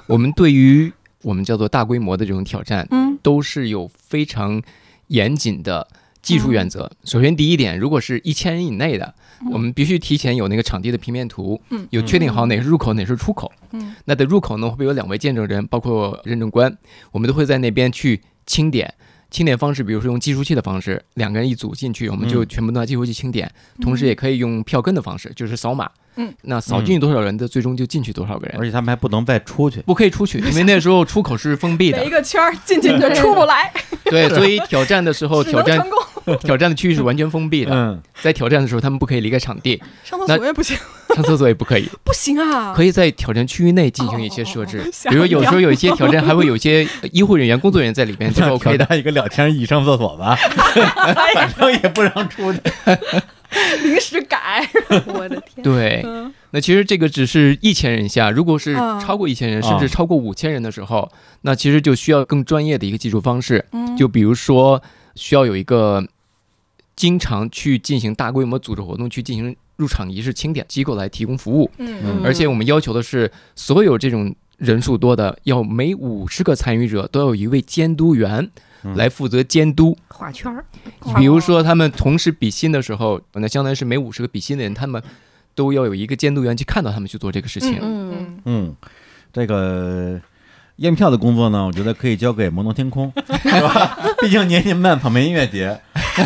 D: 我们对于我们叫做大规模的这种挑战，
B: 嗯，
D: 都是有非常严谨的技术原
B: 嗯
D: 则。首先，第一点，如果是一千人以内的，我们必须提前有那个场地的平面图，
B: 嗯
D: 有确定好哪是入口，哪是出口。
B: 嗯，
D: 那在入口呢，会有两位见证人，包括认证官，我们都会在那边去清点。清点方式，比如说用计数器的方式，两个人一组进去，我们就
A: 嗯
D: 全部拿计数器清点。同时也可以用票根的方式，就是扫码。
B: 嗯，
D: 那扫进去多少人的，最终就进去多少个人
A: 而。且他们还不能再出去。
D: 不可以出去，因为那时候出口是封 闭
B: 围一
D: 的。
B: 个圈儿进去你就出不来，
D: 对，所以挑战的时候，
B: 只
D: 挑
B: 能
D: 战
B: 成功。
D: 挑战的区域是完全封闭 的。
A: 嗯，
D: 在挑战的时候，他们不可以离开场地，
B: 上厕所也不行，
D: 上厕所也不可以，
B: 不行啊！
D: 可以在挑战区域内进行一些设置
B: 哦哦哦。吓
D: 比如
B: 我一跳
D: 有时候有一 些挑战，还会有一些呃医护人员、工作人员在里面，这是 OK 的。
A: 挑战一个两千人以上厕所 吧，反正也不让出去。
B: 临时改。
C: 我的天！
D: 对，
B: 嗯
D: 那其实这个只是一千人以下，如果是
B: 啊
D: 超过一千人，
A: 啊
D: 甚至超过五千人的时候，那其实就需要更专业的一个技术方式。
B: 嗯
D: 就比如说，需要有一个经常去进行大规模组织活动、去进行入场仪式清点机构来提供服务。
B: 嗯
D: 而且我们要求的是，所有这种人数多的，要每五十个参与者都有一位监督员
A: 嗯
D: 来负责监督。
C: 画圈儿，
D: 比如说，他们同时比心的时候，那相当于是每五十个比心的人，他们都要有一个监督员去看到他们去做这个事情。
C: 嗯，
A: 嗯，这个验票的工作呢，我觉得可以交给摩登天 空，是吧？毕竟年年办草莓音乐节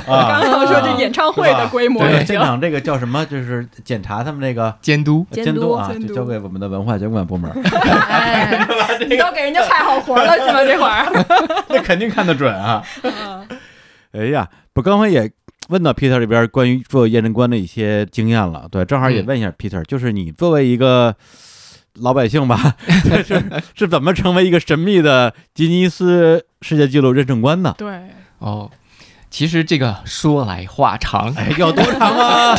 B: 刚
A: 啊，
B: 刚说这演唱嗯会的规模
A: 对
B: 已
A: 现
B: 经
A: 场这个叫什么？就是检查他们这个。
D: 监督
C: 监
A: 督
C: 督
A: 啊，
B: 监
A: 就
B: 督
A: 交给我们的文化监管部门，
C: 哎，
B: 你都给人家派好活了是吗？这 会儿，
A: 那肯定看得准啊。
B: 嗯
A: 哎呀，不，刚才也问到 Peter 这边嗯关于做验证官的一些经验了，对，正好也问一下 Peter，、就是你作为一个老百姓吧， 是是怎么成为一个神秘的吉尼斯世界纪录认证官呢？
B: 对，
D: 哦，其实这个说来话长，
A: 哎，有多长啊？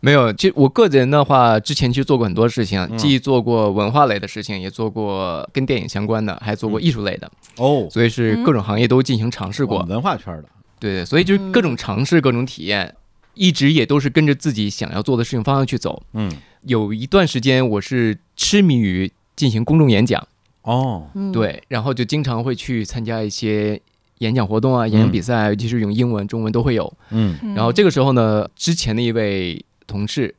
D: 没有，就我个人的话，之前去做过很多事情，
A: 嗯
D: 既做过文化类的事情，也做过跟电影相关的，还
A: 嗯
D: 做过艺术类的，
A: 哦，
D: 所以是各种行业都进行尝试
A: 我
D: 过。
A: 们文化圈的，
D: 对对，所以就是各种尝试，各种体验，一直也都是跟着自己想要做的事情方向去走。
A: 嗯，
D: 有一段时间，我是痴迷于进行公众演讲，
A: 哦，
C: 嗯，
D: 对，然后就经常会去参加一些演讲活动啊、演讲比赛，尤其是用英文、中文都会有。
A: 嗯，
D: 然后
B: 嗯
D: 这个时候呢，之前的一位同事，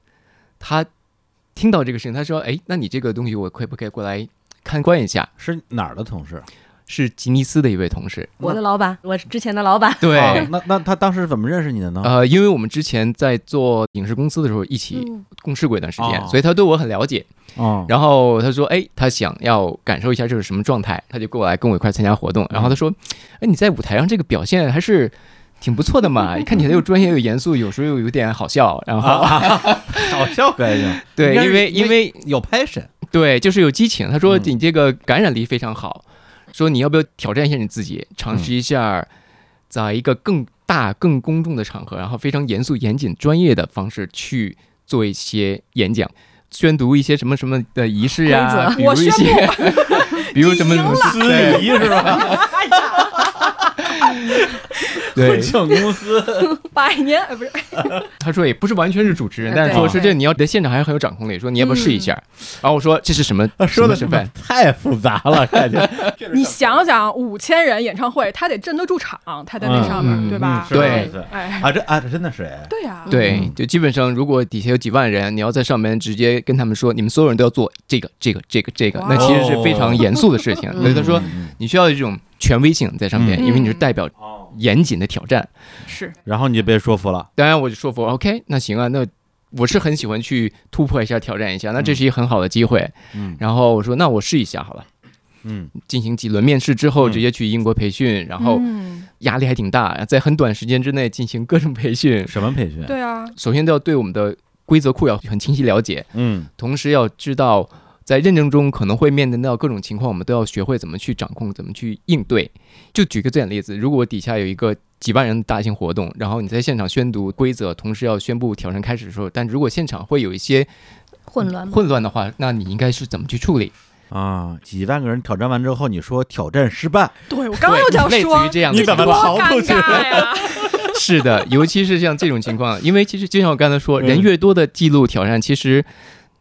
D: 他听到这个事情，他说：“哎，那你这个东西我可不可以过来看观一下
A: 是哪儿的同事？？”
D: 是吉尼斯的一位同事，
E: 我的老板，我之前的老板，
D: 对，
A: 啊那那他当时怎么认识你的呢？
D: 呃，因为我们之前在做影视公司的时候一起
C: 嗯
D: 共事过一段时间，
A: 哦
D: 所以他对我很了解。
A: 哦，
D: 然后他说：“哎，他想要感受一下这是什么状态，他就过来跟我一块参加活动。”
A: 嗯
D: 然后他说：“哎，你在舞台上这个表现还是挺不错 的嘛，看起来又专业又严肃，有时候又有点好笑。”然后、
A: 好笑可以，
D: 对，
A: 啊应该是
D: 因为因为
A: 有 passion，
D: 对，就是有激情。他说
A: 嗯
D: 你这个感染力非常好，说你要不要挑战一下你自己，尝
A: 嗯
D: 试一下，在一个更大、更公众的场合，然后非常严肃、严谨、专业的方式去做一些演讲，宣读一些什么什么的仪式啊，比如
B: 我
D: 一
B: 宣
D: 些， 比如什么什么
A: 司仪是吧？
D: 对，
A: 请公司，
B: 百年呃不是
D: 他说也不是完全是主持人，
C: 哎
D: 但是
C: 对
D: 说是这你要在现场还是很有掌控力，说你要不要试一下？
B: 嗯
D: 然后我说这是什么
A: 啊说的
D: 什
A: 什
D: 么
A: 么
D: 身份？
A: 太复杂 了，感觉
B: 你想想，五千人演唱会，他得镇得住场，他在那上面，
D: 嗯
B: 对吧？
A: 是
D: 对
A: 是
B: 哎，
A: 啊，这啊，这真的是哎，
B: 对呀、
D: 对
A: 嗯，
D: 就基本上，如果底下有几万人，你要在上面直接跟他们说，你们所有人都要做这个、这个、这个、这个
B: 哇，
D: 那其实是非常严肃的事情。
C: 哦
D: 所以他说
A: 嗯，，嗯
D: 你需要一种权威性在上面，
A: 嗯
D: 因为你是代表严谨的挑战。
B: 是
A: 然后你就被说服了，
D: 当然，我就说服，OK，那行啊，那我是很喜欢去突破一下、挑战一下，那这是一个很好的机会。
A: 嗯
D: 然后我说，那我试一下好了。
A: 嗯
D: 进行几轮面试之后，
A: 嗯
D: 直接去英国培训，然后
B: 嗯、
D: 压力还挺大，在很短时间之内进行各种培训。
A: 什么
D: 嗯
A: 培训？
B: 对啊，
D: 首先都要对我们的规则库要很清晰了解，
A: 嗯
D: 同时要知道，在认证中可能会面临到各种情况，我们都要学会怎么去掌控，怎么去应对。就举个最简单的例子，如果底下有一个几万人的大型活动，然后你在现场宣读规则，同时要宣布挑战开始的时候，但如果现场会有一些嗯
E: 混乱吗？
D: 混乱的话，那你应该是怎么去处理？
A: 啊，几万个人挑战完之后，你说挑战失败，
B: 对我刚刚又想
D: 对类
B: 说
D: 似于，这样的
A: 你怎么
B: 多
D: 情况
A: 逃出
B: 尴
A: 去
B: 尬呀！
D: 是的，尤其是像这种情况，因为其实就像我刚才说，
A: 嗯
D: 人越多的记录挑战，其实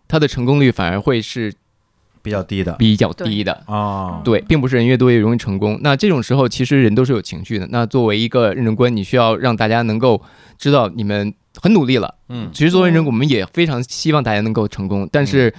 D: 它的成功率反而会是
A: 比较低的
D: 比较低的。
A: 啊，
D: 对，并不是人越多越容易成功。那这种时候，其实人都是有情绪的。那作为一个认证官，你需要让大家能够知道你们很努力了。
A: 嗯
D: 其实作为认证，我们也非常希望大家能够成功，但是。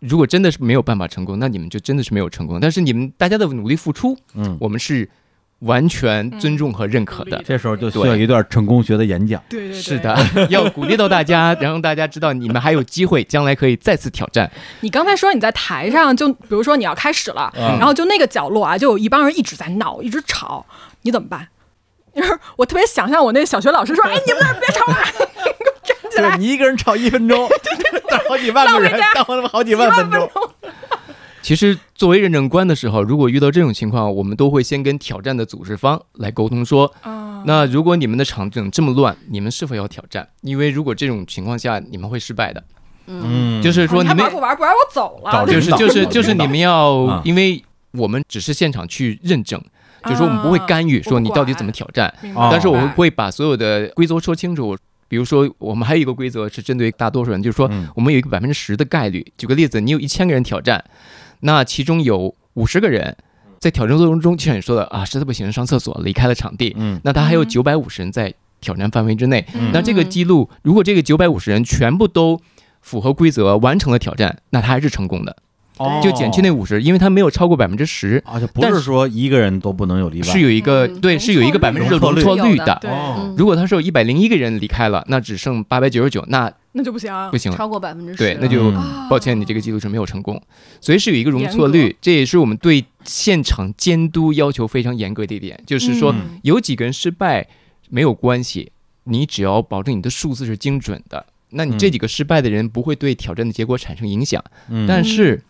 D: 如果真的是没有办法成功，那你们就真的是没有成功。但是你们大家的努力付出，
A: 嗯，
D: 我们是完全尊重和认可的。
B: 嗯
A: 这时候就需要一段成功学的演讲，
B: 对对对，
D: 是。的， 要鼓励到大家，然后让大家知道你们还有机会，将来可以再次挑战。
B: 你刚才说你在台上，就比如说你要开始了，
A: 嗯
B: 然后就那个角落啊，就有一帮人一直在闹，一直吵，你怎么办？ 就是我特别想象我那小学老师说：“哎，你们那儿别吵啊， 你给我站
A: 就
B: 起
A: 是
B: 来
A: 你一个人吵一分 钟，但好几万个人，当了好几万分钟，
D: 其实，作为认证官的时候，如果遇到这种情况，我们都会先跟挑战的组织方来沟通说，
B: 啊！”
D: 那如果你们的场景这么乱，你们是否要挑战？因为如果这种情况下，你们会失败的。
A: 嗯
D: 就是说，你
B: 哦还
D: 们
B: 玩不玩？不玩我走
A: 找
B: 了。
A: 人
D: 就是
A: 领导
D: 就是
A: 领
D: 就是
A: 导
D: 嗯你们
A: 啊
D: 要，因为我们只是现场去认证，就是说我们不会干预
B: 啊
D: 说你到底怎么挑战，
B: 明
A: 啊
B: 白
D: 但是我
B: 明
D: 会
B: 白
D: 会把所有的规则说清楚。比如说，我们还有一个规则是针对大多数人，就是说
A: 嗯
D: 我们有一个百分之十的概率。举个例子，你有一千个人挑战，那其中有五十个人在挑战过程中，就像你说的啊，实在不行上厕所离开了场地，
A: 嗯
D: 那他还有
B: 嗯
D: 九百五十人在挑战范围之内。
A: 嗯
D: 那这个记录，如果这个九百五十人全部都符合规则，完成了挑战，那他还是成功的，
A: 哦
D: 就减去那五十，因为他没有超过百分之十，
A: 啊，就不
D: 但
A: 是
D: 是
A: 说一个人都不能有例外，
D: 是有一个
E: 嗯
D: 对，
E: 容
D: 是有一个
E: 错
D: 百
E: 率
D: 分之的
A: 容错
D: 容
A: 率
D: 错率
E: 有的
B: 对，
A: 哦，
D: 如果他是有一百零一个人离开了，那只剩八百九十九，那
B: 那就不行。啊
D: 不
E: 嗯
D: 行了。
E: 哦
C: 超过百分之十，
D: 对，那就
A: 嗯
D: 抱歉，你这个记录是没有成功，所以是有一个容错
B: 严
D: 率，这也是我们对现场监督要求非常严格的一点，就是说
A: 嗯
D: 有几个人失败没有关系，你只要保证你的数字是精准的，那你这几个失败的人不会对挑战的结果产生影响。
A: 嗯，
D: 但是，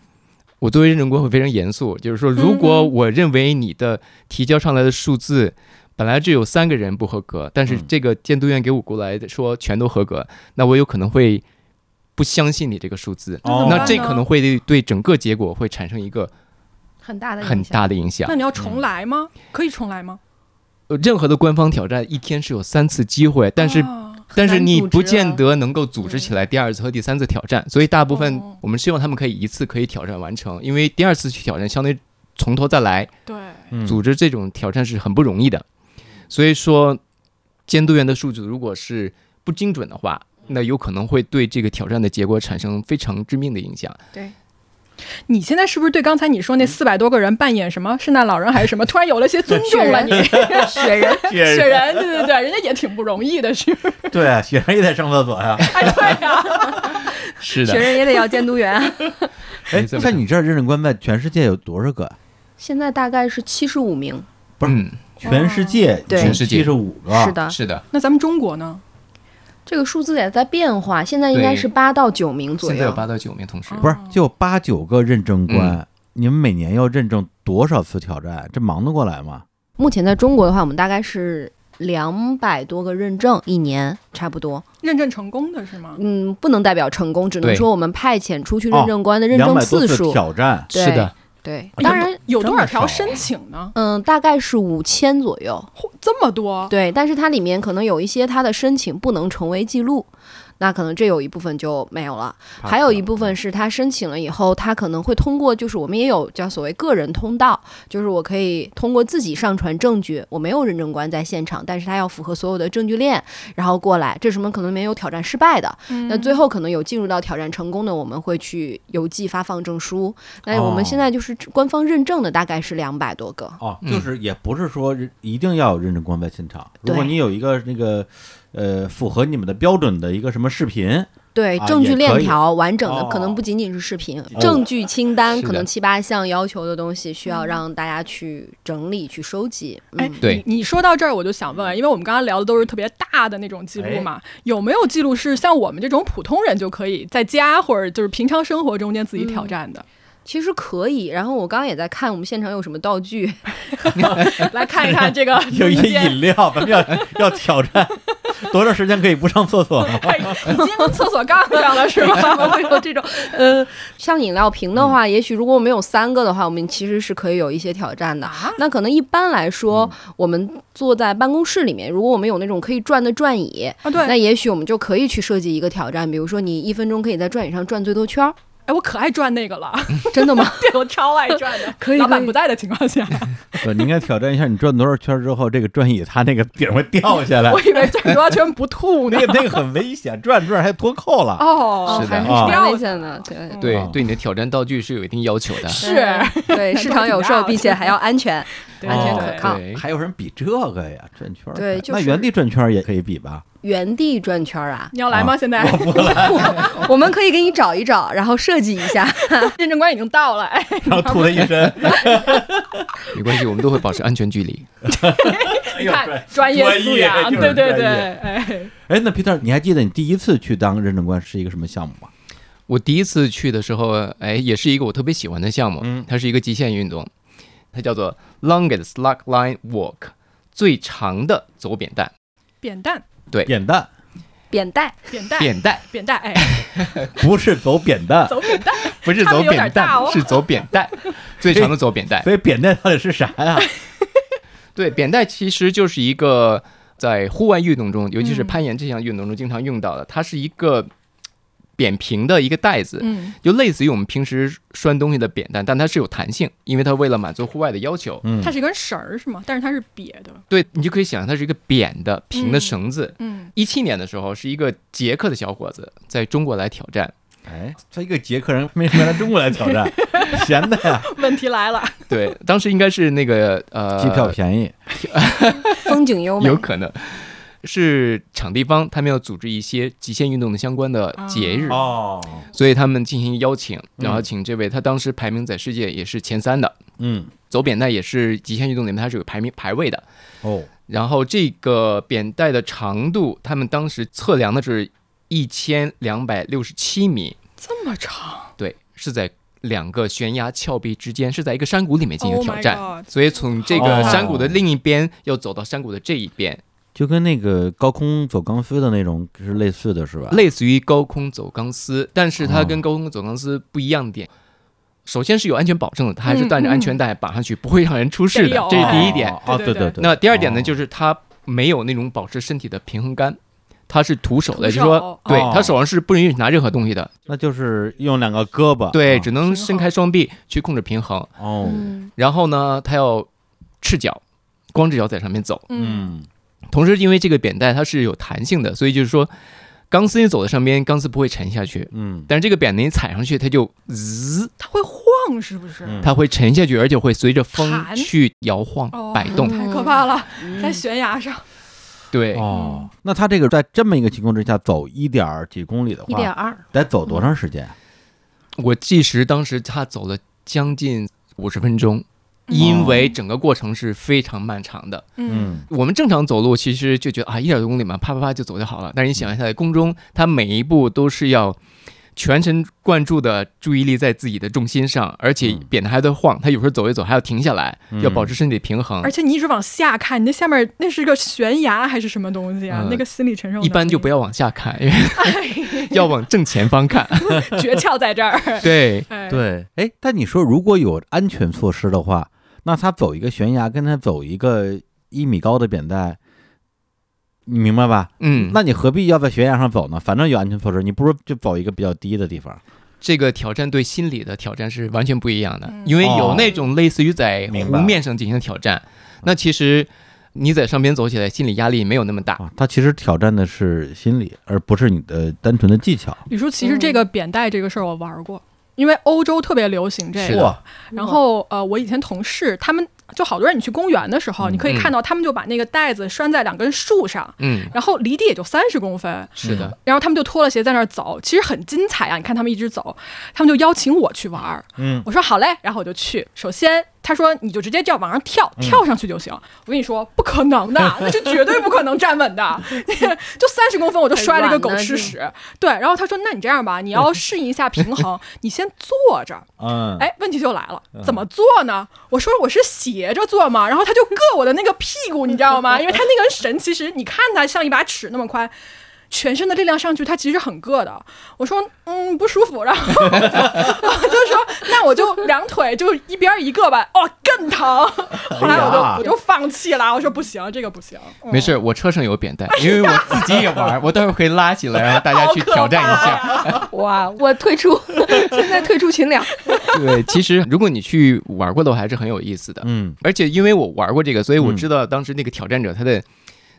D: 我作为认证官会非常严肃，就是说，如果我认为你的提交上来的数字本来只有三个人不合格，但是
A: 嗯
D: 这个监督院给我过来的说全都合格，那我有可能会不相信你这个数字，
A: 哦
D: 那这可能会对对整个结果会产生一个
E: 很大的影响
D: 很大的影响
B: 那。你要重来吗？可以重来吗？
D: 呃任何的官方挑战一天是有三次机会，但是
B: 啊
D: 但是
E: 很难
D: 你
E: 组织
D: 不见
E: 了
D: 得能够组织起来第二次和第三次挑战，所以大部分
B: 哦
D: 我们希望他们可以一次可以挑战完成，因为第二次去挑战相当于从头再来，
B: 对，
A: 嗯
D: 组织这种挑战是很不容易的。所以说，监督员的数据如果是不精准的话，那有可能会对这个挑战的结果产生非常致命的影响。
B: 你现在是不是对刚才你
D: 嗯
B: 说那四百多个人扮演什么圣诞老人还是什么，突然有了些尊重 了？你
E: 雪人，
A: 雪
B: 雪人，对对对，人家也挺不容易的，是不是？
A: 对啊，雪人也得上厕所呀。
B: 哎，对呀、
D: 是
E: 雪，人也得要监督员啊。
A: 哎
D: 没，错
A: 像你这儿认证官在全世界有多少个啊？
C: 现在大概是七十五名，
A: 不是
D: 嗯，
A: 全世界
C: 哦对
D: 全世界
A: 七十五个，
C: 是，的，
D: 是的，
B: 那咱们中国呢？
C: 这个数字也在变化，现在应该
D: 对
C: 是八到九名左
D: 现在有
C: 右。
D: 八到九名同事。
A: 不是就八九个认证官，
C: 嗯
A: 你们每年要认证多少次挑战？这忙得过来吗？
C: 目前在中国的话，我们大概是两百多个认证一年，差不多。
B: 认证成功的是吗？
C: 嗯，不能代表成功，只能
D: 对
C: 说我们派遣出去
A: 哦
C: 认证官的认
A: 两
C: 证
A: 百多
C: 次
A: 次
C: 数。
A: 挑战，
C: 对
D: 是的，
E: 哎
C: 对，
A: 啊
C: 当然，
B: 有多少
A: 这么少
B: 条
A: 啊
B: 申请呢？
C: 嗯，大概是五千左右。
B: 嚯这么多，
C: 对，但是它里面可能有一些它的申请不能成为记录，那可能这有一部分就没有了。还有一部分是他申请了以后，他可能会通过，就是我们也有叫所谓个人通道，就是我可以通过自己上传证据，我没有认证官在现场，但是他要符合所有的证据链，然后过来，这什么可能没有挑战失败的，那最后可能有进入到挑战成功的，我们会去邮寄发放证书。那我们现
A: 哦
C: 在就是官方认证的大概是两百多个，
A: 哦，
D: 嗯
A: 就是也不是说人一定要有认证官在现场，如果
C: 对
A: 你有一个那个呃符合你们的标准的一个什么视频，
C: 对
A: 啊，
C: 证
A: 也
C: 据链
A: 可以
C: 条完整的，可
A: 哦
C: 能不仅仅是视频，
A: 哦
C: 证据清单
D: 是
C: 可能
D: 的
C: 七八项要求的东西，需要让大家去整理、去收集。
B: 哎
C: 嗯，，
D: 对
B: 你，你说到这儿我就想问，因为我们刚刚聊的都是特别大的那种记录
A: 哎
B: 嘛，有没有记录是像我们这种普通人就可以在家或者就是平常生活中间自己挑
C: 嗯
B: 战的？
C: 其实可以。然后我刚刚也在看我们现场有什么道具，
B: 来看一看这个
A: 有一
B: 中间
A: 饮料，咱们要要挑战多长时间可以不上厕所吗？
B: 哎已经跟厕所杠上了是吧？
C: 会有这种呃，像饮料瓶的
A: 嗯
C: 话，也许如果我们有三个的话，我们其实是可以有一些挑战的。
B: 啊，
C: 那可能一般来说，
A: 嗯
C: 我们坐在办公室里面，如果我们有那种可以转的转椅，
B: 啊对
C: 那，也许我们就可以去设计一个挑战，比如说你一分钟可以在转椅上转最多圈儿，
B: 哎，我可爱转那个了，
C: 真的吗？
B: 对我超爱转的。
C: 可以
B: 老
C: 可
B: 板
C: 以
B: 不在的情况下，
A: 对，你应该挑战一下，你转多少圈之后，这个转椅它那个顶会掉下来
B: 我，以为转多少圈不吐呢
A: 那。个那个很危险，转着转着还脱扣了。
B: 哦
C: 哦，
D: 是的
C: 还
A: 啊
C: 是蛮危险的，对。
D: 对
A: 哦，
D: 对你的挑战道具是有一定要求的。
B: 是，
C: 嗯 对，市场有售，
B: 挺大的
C: 并且还要安全，
B: 对
C: 安全
A: 哦
C: 可靠。
D: 对，
A: 还有人比这个呀？转圈儿
C: 对
A: 可以
C: 就
A: 那
C: 是
A: 原地转圈儿也可以比 吧？
C: 原地转圈儿 啊，
B: 你要来吗？
A: 啊
B: 现在
C: 我我们可以给你找一找，然后设计一下。
B: 认证官已经到了，哎，
A: 然后吐他一身，
D: 没关系，我们都会保持安全距离。
A: 哎
B: 你
A: 呦，
B: 看专业素养，
A: 专业就是
B: 对对
A: 专
B: 对，
A: 业
B: 哎，
A: 哎，那 Peter，你还记得你第一次去当认证官是一个什么项目吗？
D: 我第一次去的时候，哎，也是一个我特别喜欢的项目，
A: 嗯
D: 它是一个极限运动，它叫做 longest log line walk，最长的走扁担。
B: 扁担，
A: 扁担，
C: 扁带，
B: 扁担，
D: 扁担
B: 扁担，哎，
A: 不是走扁担，
B: 走扁担，
D: 不是走
B: 差
D: 扁
B: 别有点大
D: 担，
B: 哦
D: 是走扁 担，最长的走扁担。
A: 所以扁担到底是啥呀？
D: 对，扁担其实就是一个在户外运动中，尤其是
B: 嗯
D: 攀岩这项运动中经常用到的，它是一个扁平的一个带子，
B: 嗯
D: 就类似于我们平时拴东西的扁担，但它是有弹性，因为它为了满足户外的要求，
A: 嗯
B: 它是一根绳儿是吗？但是它是瘪的，
D: 对你就可以想象它是一个扁的平的
B: 嗯
D: 绳子。
B: 嗯，
D: 一七、年的时候，是一个捷克的小伙子在中国来挑战。
A: 哎，他一个捷克人没回来中国来挑 战，闲的呀，
B: 问题来了，
D: 对， 当时应该是那个呃，
A: 机票便宜，
C: 风景优美
D: 有。可能是场地方他们要组织一些极限运动的相关的节日，
A: 哦，
D: 所以他们进行邀请，然后请这位、他当时排名在世界也是前三的，
A: 嗯，
D: 走扁带也是极限运动里面它是有排名排位的。
A: 哦，
D: 然后这个扁带的长度，他们当时测量的是一千两百六十七米，
B: 这么长，
D: 对，是在两个悬崖峭壁之间，是在一个山谷里面进行
B: Oh my
D: 挑战。
B: God
D: 所以从这个山谷的
A: 哦
D: 另一边，要走到山谷的这一边，
A: 就跟那个高空走钢丝的那种是类似的，是吧？
D: 类似于高空走钢丝，但是
A: 哦
D: 它跟高空走钢丝不一样的点。首先是有安全保证的，它还是带着安全带绑上去，不会让人出事
B: 嗯得
D: 的
B: 有，
D: 这是第一点。
A: 哦，
B: 对
A: 对对
B: 对对
A: 对。哦
D: 那第二点呢，就是是它没有那种保持身体的平衡杆，它是徒手的，
B: 徒手
D: 就是说，对
A: 哦，
D: 他手上是不允许拿任何东西的，
A: 那就是用两个胳膊，
D: 对，
A: 啊
D: 只能伸开双臂去控制平衡。
A: 哦，
C: 嗯，
D: 然后呢，他要赤脚，光着脚在上面走。
B: 嗯，
A: 嗯，
D: 同时，因为这个扁担它是有弹性的，所以就是说，钢丝你走在上面，钢丝不会沉下去。
A: 嗯，
D: 但是这个扁担你踩上去，它就滋，
B: 它会晃是不是？
A: 嗯
D: 它会沉下去，而且会随着风
B: 弹
D: 去摇晃、
B: 哦
D: 摆动。
B: 太可怕了，
C: 嗯
B: 在悬崖上，
D: 对，
A: 哦，那他这个在这么一个情况之下走一点儿几公里的
E: 一点
A: 话，
E: 二，
A: 得走多长时间？
D: 我计时当时他走了将近五十分钟，因为整个过程是非常漫长的。
B: 嗯，
A: 嗯，
D: 我们正常走路其实就觉得啊，一点多公里嘛，啪啪啪就走就好了。但是你想一下，在宫中，他每一步都是要全神贯注的注意力在自己的重心上，而且
A: 嗯
D: 扁担还在晃，他有时候走一走还要停下来，
A: 嗯
D: 要保持身体平衡
B: 而。且你一直往下看，你那下面那是个悬崖还是什么东西啊？
D: 嗯
B: 那个心理承受
D: 一般就不
B: 要
D: 要往下看，因为
A: 哎
D: 要往正前方看。
B: 诀窍在这 儿。
D: 对，
B: 哎，
A: 对，哎，但你说如果有安全措施的话，那他走一个悬崖，跟他走一个一米高的扁担，你明白吧？
D: 嗯，
A: 那你何必要在悬崖上走呢？反正有安全措施，你不如就走一个比较低的地方。
D: 这个挑战对心理的挑战是完全不一样的
B: 嗯，
D: 因为有
A: 哦
D: 那种类似于在
A: 明
D: 湖
A: 白
D: 面上进行的挑战，那其实你在上边走起来心理压力没有那么大。
A: 啊，它其实挑战的是心理，而不是你的单纯的技巧。
B: 李叔，其实这个扁带这个事儿我玩过，因为欧洲特别流行这
D: 是
B: 个
D: 的。
A: 哇，
B: 然后呃，我以前同事他们就好多人，你去公园的时候，
A: 嗯
B: 你可以
D: 嗯
B: 看到他们就把那个带子拴在两根树上，
D: 嗯，
B: 然后离地也就三十公分，
D: 是的，
B: 然后他们就脱了鞋在那儿走，其实很精彩啊！你看他们一直走，他们就邀请我去玩儿，
A: 嗯，
B: 我说好嘞，然后我就去。首先他说你就直接叫往上跳，
A: 嗯
B: 跳上去就行。我跟你说不可能的，那是绝对不可能站稳的，就三十公分我就摔了一个狗吃屎。对，然后他说那你这样吧，你要适应一下平衡，你先坐着。
A: 嗯，
B: 哎，问题就来了，怎么坐呢？我说我是斜着坐嘛，然后他就硌我的那个屁 股，你知道吗？因为他那根绳其实你看它像一把尺那么宽。全身的力量上去，它其实很硌的。我说，嗯，不舒服，然后 我就说，那我就两腿就一边一个吧。哦，更疼。后来我就、
A: 哎哎呀
B: 我就放弃了，我说不行，这个不行。嗯
D: 没事，我车上有扁 担，因为我自己也玩，我待会儿可以拉起来，然后大家去挑战一下。
E: 哇，我退 出，现在退出群聊。
D: 对，其实如果你去玩过的话，还是很有意思的。
A: 嗯
D: 而且因为我玩过这个，所以我
A: 嗯
D: 知道当时那个挑战者他的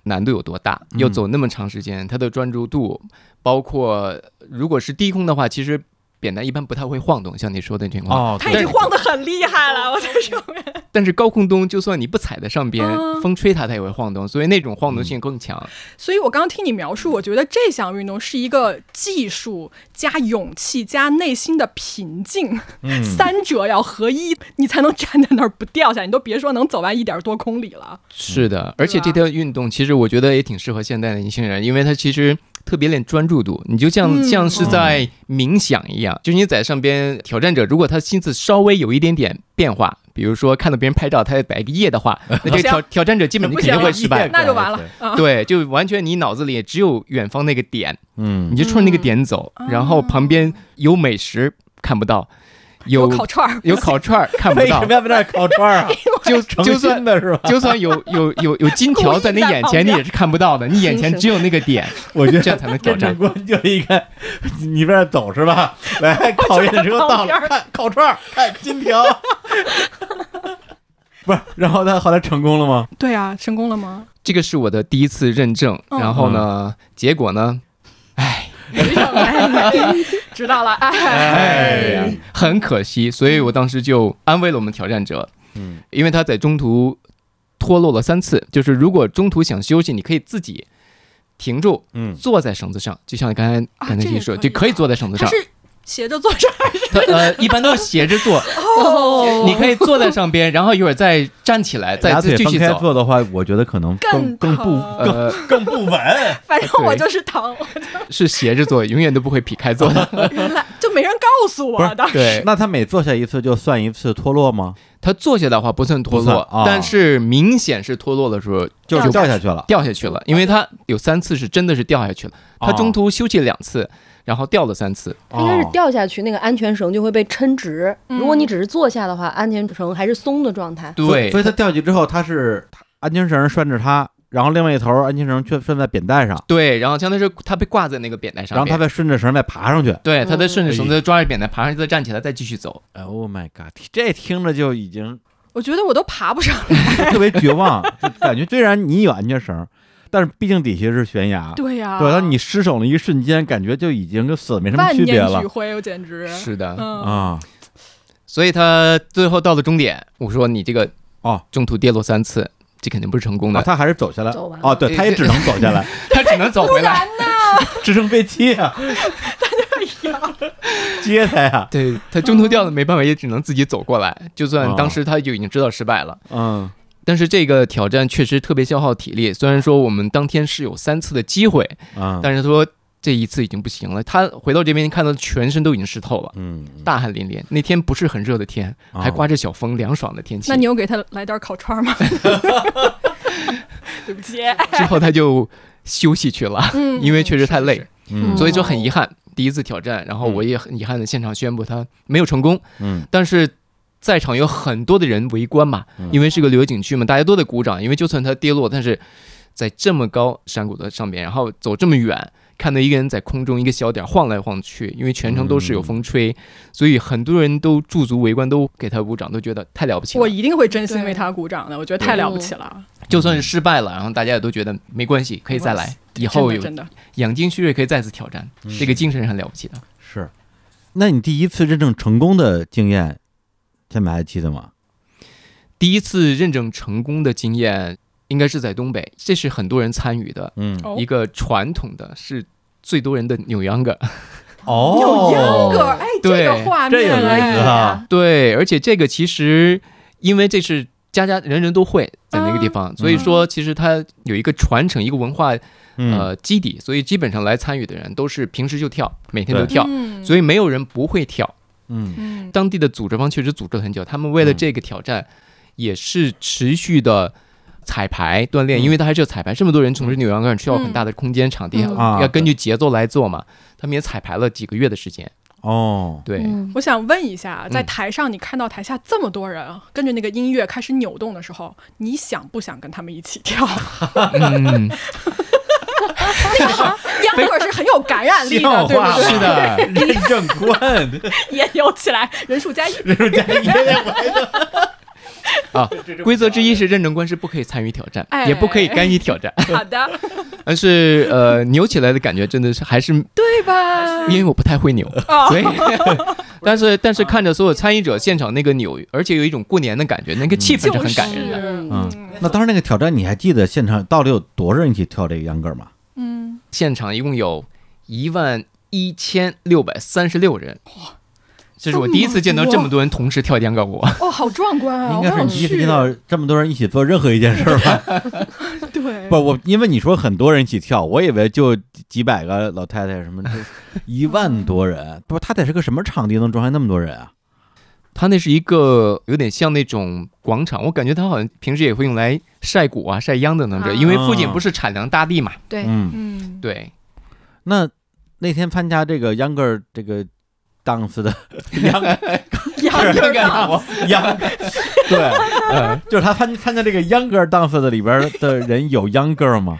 D: 难度有多大，
A: 嗯
D: 要走那么长时间，他的专注度，包括如果是低空的话，其实扁担一般不太会晃动，像你说的情况。
A: 哦，
B: 他已
A: 对
B: 经晃得很厉害了，我在上面。
D: 但是高空中，就算你不踩在上边，
B: 嗯
D: 风吹它，它也会晃动，所以那种
A: 嗯
D: 晃动性更强。
B: 所以我刚刚听你描述，我觉得这项运动是一个技术加勇气加内心的平静，
A: 嗯
B: 三者要合一，你才能站在那儿不掉下。你都别说能走完一点多公里了，
D: 是的，而且
B: 嗯对吧
D: 这条运动其实我觉得也挺适合现代的年轻人，因为它其实特别练专注度，你就像、
B: 嗯
D: 像是在冥想一样，就是你在上边挑战者，如果他心思稍微有一点点变化。比如说看到别人拍照，他摆个耶的 话，那这个挑挑战者基本
B: 不
D: 肯
B: 行
D: 定会
B: 了
D: 失败。
B: 那就完了啊！
D: 对，就完全你脑子里只有远方那个点，
A: 嗯
D: 你，就冲着那个点走，
B: 嗯
D: 然后旁边有美食看不到，
B: 有
D: 有
B: 烤串儿，
D: 有烤串儿看不
A: 为什
D: 到
A: 么，要在那儿烤串儿啊？
D: 就
A: 诚
D: 嗯 就算
A: 心的 是吧？
D: 就算有有有有金条在你眼前，你也是看不到的，你眼前只有那个点，
A: 我觉
D: 这样才能挑
A: 真正
D: 战。
A: 关就应该，你在这走是吧？来，考验车到了，看烤串儿，看金 条。不是，然后他后来成功了吗？
B: 对啊，成功了吗？
D: 这个是我的第一次认证，
B: 嗯
D: 然后呢，结果呢，唉，哦
B: 知道了，哎，
A: 哎
D: 呀，很可惜，所以我当时就安慰了我们挑战者，
A: 嗯
D: 因为他在中途脱落了三次，就是如果中途想休息，你可以自己停住，
A: 嗯
D: 坐在绳子上，就像刚才
B: 啊
D: 刚才
B: 这啊
D: 你
B: 也
D: 说，
B: 可以
D: 就可以坐在绳子
B: 它
D: 上，
B: 是斜着坐这儿。
D: 它呃，一般都是斜 着坐，
E: 哦
D: 你可以坐在上边，然后一会儿再站起来，再
A: 俩
D: 再
A: 腿
D: 继
A: 分
D: 续
A: 开
D: 走。
A: 坐的话，我觉得可能更更
B: 更
A: 不
B: 疼
D: 呃，
A: 更不稳。
B: 反正我就是疼，
D: 是斜着坐，永远都不会劈开坐的。
B: 原来就没人告诉
A: 不
B: 我
A: 是
B: 的。
D: 对，
A: 那他每坐下一次就算一次脱落吗？
D: 他坐下的话不算脱
A: 不算
D: 落，
A: 啊
D: 但是明显是脱落的时候
A: 就是
B: 掉
A: 掉
B: 下
A: 下去了。
D: 掉下去了，因为他有三次是真的是掉下去了，他中途休息两次，然后掉了三次。
A: 哦
C: 应该是掉下去，那个安全绳就会被抻直。如果
B: 嗯
C: 你只是坐下的话，安全绳还是松的状态。
A: 哦所以
D: 对
A: 所以他掉下去之后，他是他安全绳拴着他，然后另外一头安全绳却拴在扁担上，
D: 对，然后相当于是他被挂在那个扁担上
A: 然
D: 面，
A: 后他再顺着绳再爬上去。
D: 对他在顺
A: 嗯
D: 着绳子抓着扁担爬上去，再站起来，再继续走。
A: Oh my god！这听着就已经
B: 我觉得我都爬不上来。
A: 特别绝 望，就感觉虽然你有安全绳，但是毕竟底下是悬崖。
B: 对呀、
A: 对，啊当你失手的一瞬间，感觉就已经跟死了没什么
B: 万
A: 区别
B: 念
A: 了
B: 俱灰，我简直。
D: 是的，
B: 嗯，
A: 啊！
D: 所以他最后到了终点，我说你这个
A: 哦，
D: 中途跌落三次，这肯定不是成功
A: 啊
D: 的，
A: 他还是走下来，
C: 走完了
A: 哦，对，他也只能走下 来，
D: 他只能走回来。
A: 直升飞机啊，接他呀，
D: 对他中途掉了没办法，也只能自己走过来。就算当时他就已经知道失败了，
A: 嗯，
D: 但是这个挑战确实特别消耗体力。虽然说我们当天是有三次的机会，
A: 啊，
D: 但是说这一次已经不行了。他回到这边看到全身都已经湿透了，
A: 嗯，
D: 大汗淋漓。那天不是很热的天，
A: 啊
D: 还刮着小风，凉爽的天气。
B: 那你有给他来点烤串 吗？对不起，
D: 之后他就休息去了，
B: 嗯
D: 因为确实太累，
B: 是是
A: 嗯
D: 所以就很遗憾。第一次挑战，然后
A: 嗯
D: 我也很遗憾的现场宣布他没有成功，
A: 嗯
D: 但是。在场有很多的人围观嘛
A: 嗯，
D: 因为是个旅游景区嘛，大家都在鼓掌。因为就算他跌落，但是在这么高山谷的上面，然后走这么远，看到一个人在空中一个小点儿晃来晃去，因为全程都是有风吹，所以很多人都驻足围观，都给他鼓掌，都觉得太了不起
B: 我
D: 了。
B: 一定会真心
E: 对
B: 为他鼓掌的，我觉得太了不起了，
D: 就算是失败了，然后大家也都觉得没关系，可以再来，以后
B: 真
D: 有
B: 的真的。
D: 养精蓄锐，可以再次挑战，这个精神是很了不起的。
A: 是。那你第一次真正成功的经验，现在还记得吗？
D: 第一次认证成功的经验，应该是在东北，这是很多人参与的
A: 嗯，
B: 哦
D: 一个传统的，是最多人的扭秧歌。
A: 哦
B: 有秧歌，哎，这
D: 对
B: 个画
A: 这有
B: 面，
A: 意思
B: 哎，
A: 啊，
D: 对，而且这个其实因为这是家家人人都会在那个地
B: 嗯
D: 方，所以说其实它有一个传承一个文化
A: 嗯，
D: 呃基底，所以基本上来参与的人都是平时就跳，每天都
A: 对
D: 跳，
B: 嗯
D: 所以没有人不会跳。
A: 嗯
B: 嗯，
D: 当地的组织方确实组织了很久，他们为了
A: 嗯
D: 这个挑战，也是持续的彩排锻炼，
A: 嗯
D: 因为他还是要彩排，这么多人
B: 嗯
D: 从事扭秧歌，需要很大的空间、场地，
E: 嗯
A: 啊
D: 要根据节奏来做嘛。他们也彩排了几个月的时间，
A: 哦，
D: 对，
E: 嗯
B: 我想问一下，在
D: 嗯
B: 台上你看到台下这么多人跟着那个音乐开始扭动的时候，你想不想跟他们一起 跳？
D: 嗯，
B: 秧歌是很有感染 力的，对不对？
A: 是的， 认证官，
B: 也有起来，人数加 一。
A: 人家
D: 啊，规则之一是认证官是不可以参与挑战，
B: 哎
D: 也不可以干预挑战，
B: 好的，
D: 但是呃，扭起来的感觉真的是还是
B: 对吧？
D: 因为我不太会扭，所以，但是但是看着所有参与者现场那个扭，而且有一种过年的感觉，那个气氛是很感人的。
A: 嗯，那当时那个挑战，你还记得现场到底有多少人一起跳这个秧歌吗？
B: 嗯，
D: 现场一共有一万一千六百三十六人。这是我第一次见到这么多人同时跳秧歌舞，
B: 哦，好壮观啊！
A: 应该是
B: 我
A: 你
B: 想
A: 第一次
B: 去
A: 见到这么多人一起做任何一件事儿吧？
B: 对，
A: 不，我因为你说很多人一起跳，我以为就几百个老太太什么，就一万多人。不，他得是个什么场地能装下那么多人啊？
D: 它那是一个有点像那种广场，我感觉它好像平时也会用来晒谷啊、晒秧的那种，
E: 啊
D: 因为附近不是产粮大地嘛。
E: 对
A: 嗯，
B: 嗯，
D: 对，
A: 那那天参加这个秧歌儿这个档次的秧
B: 秧歌
A: 啊
D: 秧歌
A: 秧，
B: 儿，
A: 对，
D: 呃
A: 就是他参参加这个秧歌儿档次的里边儿的人有秧歌儿吗？
D: 啊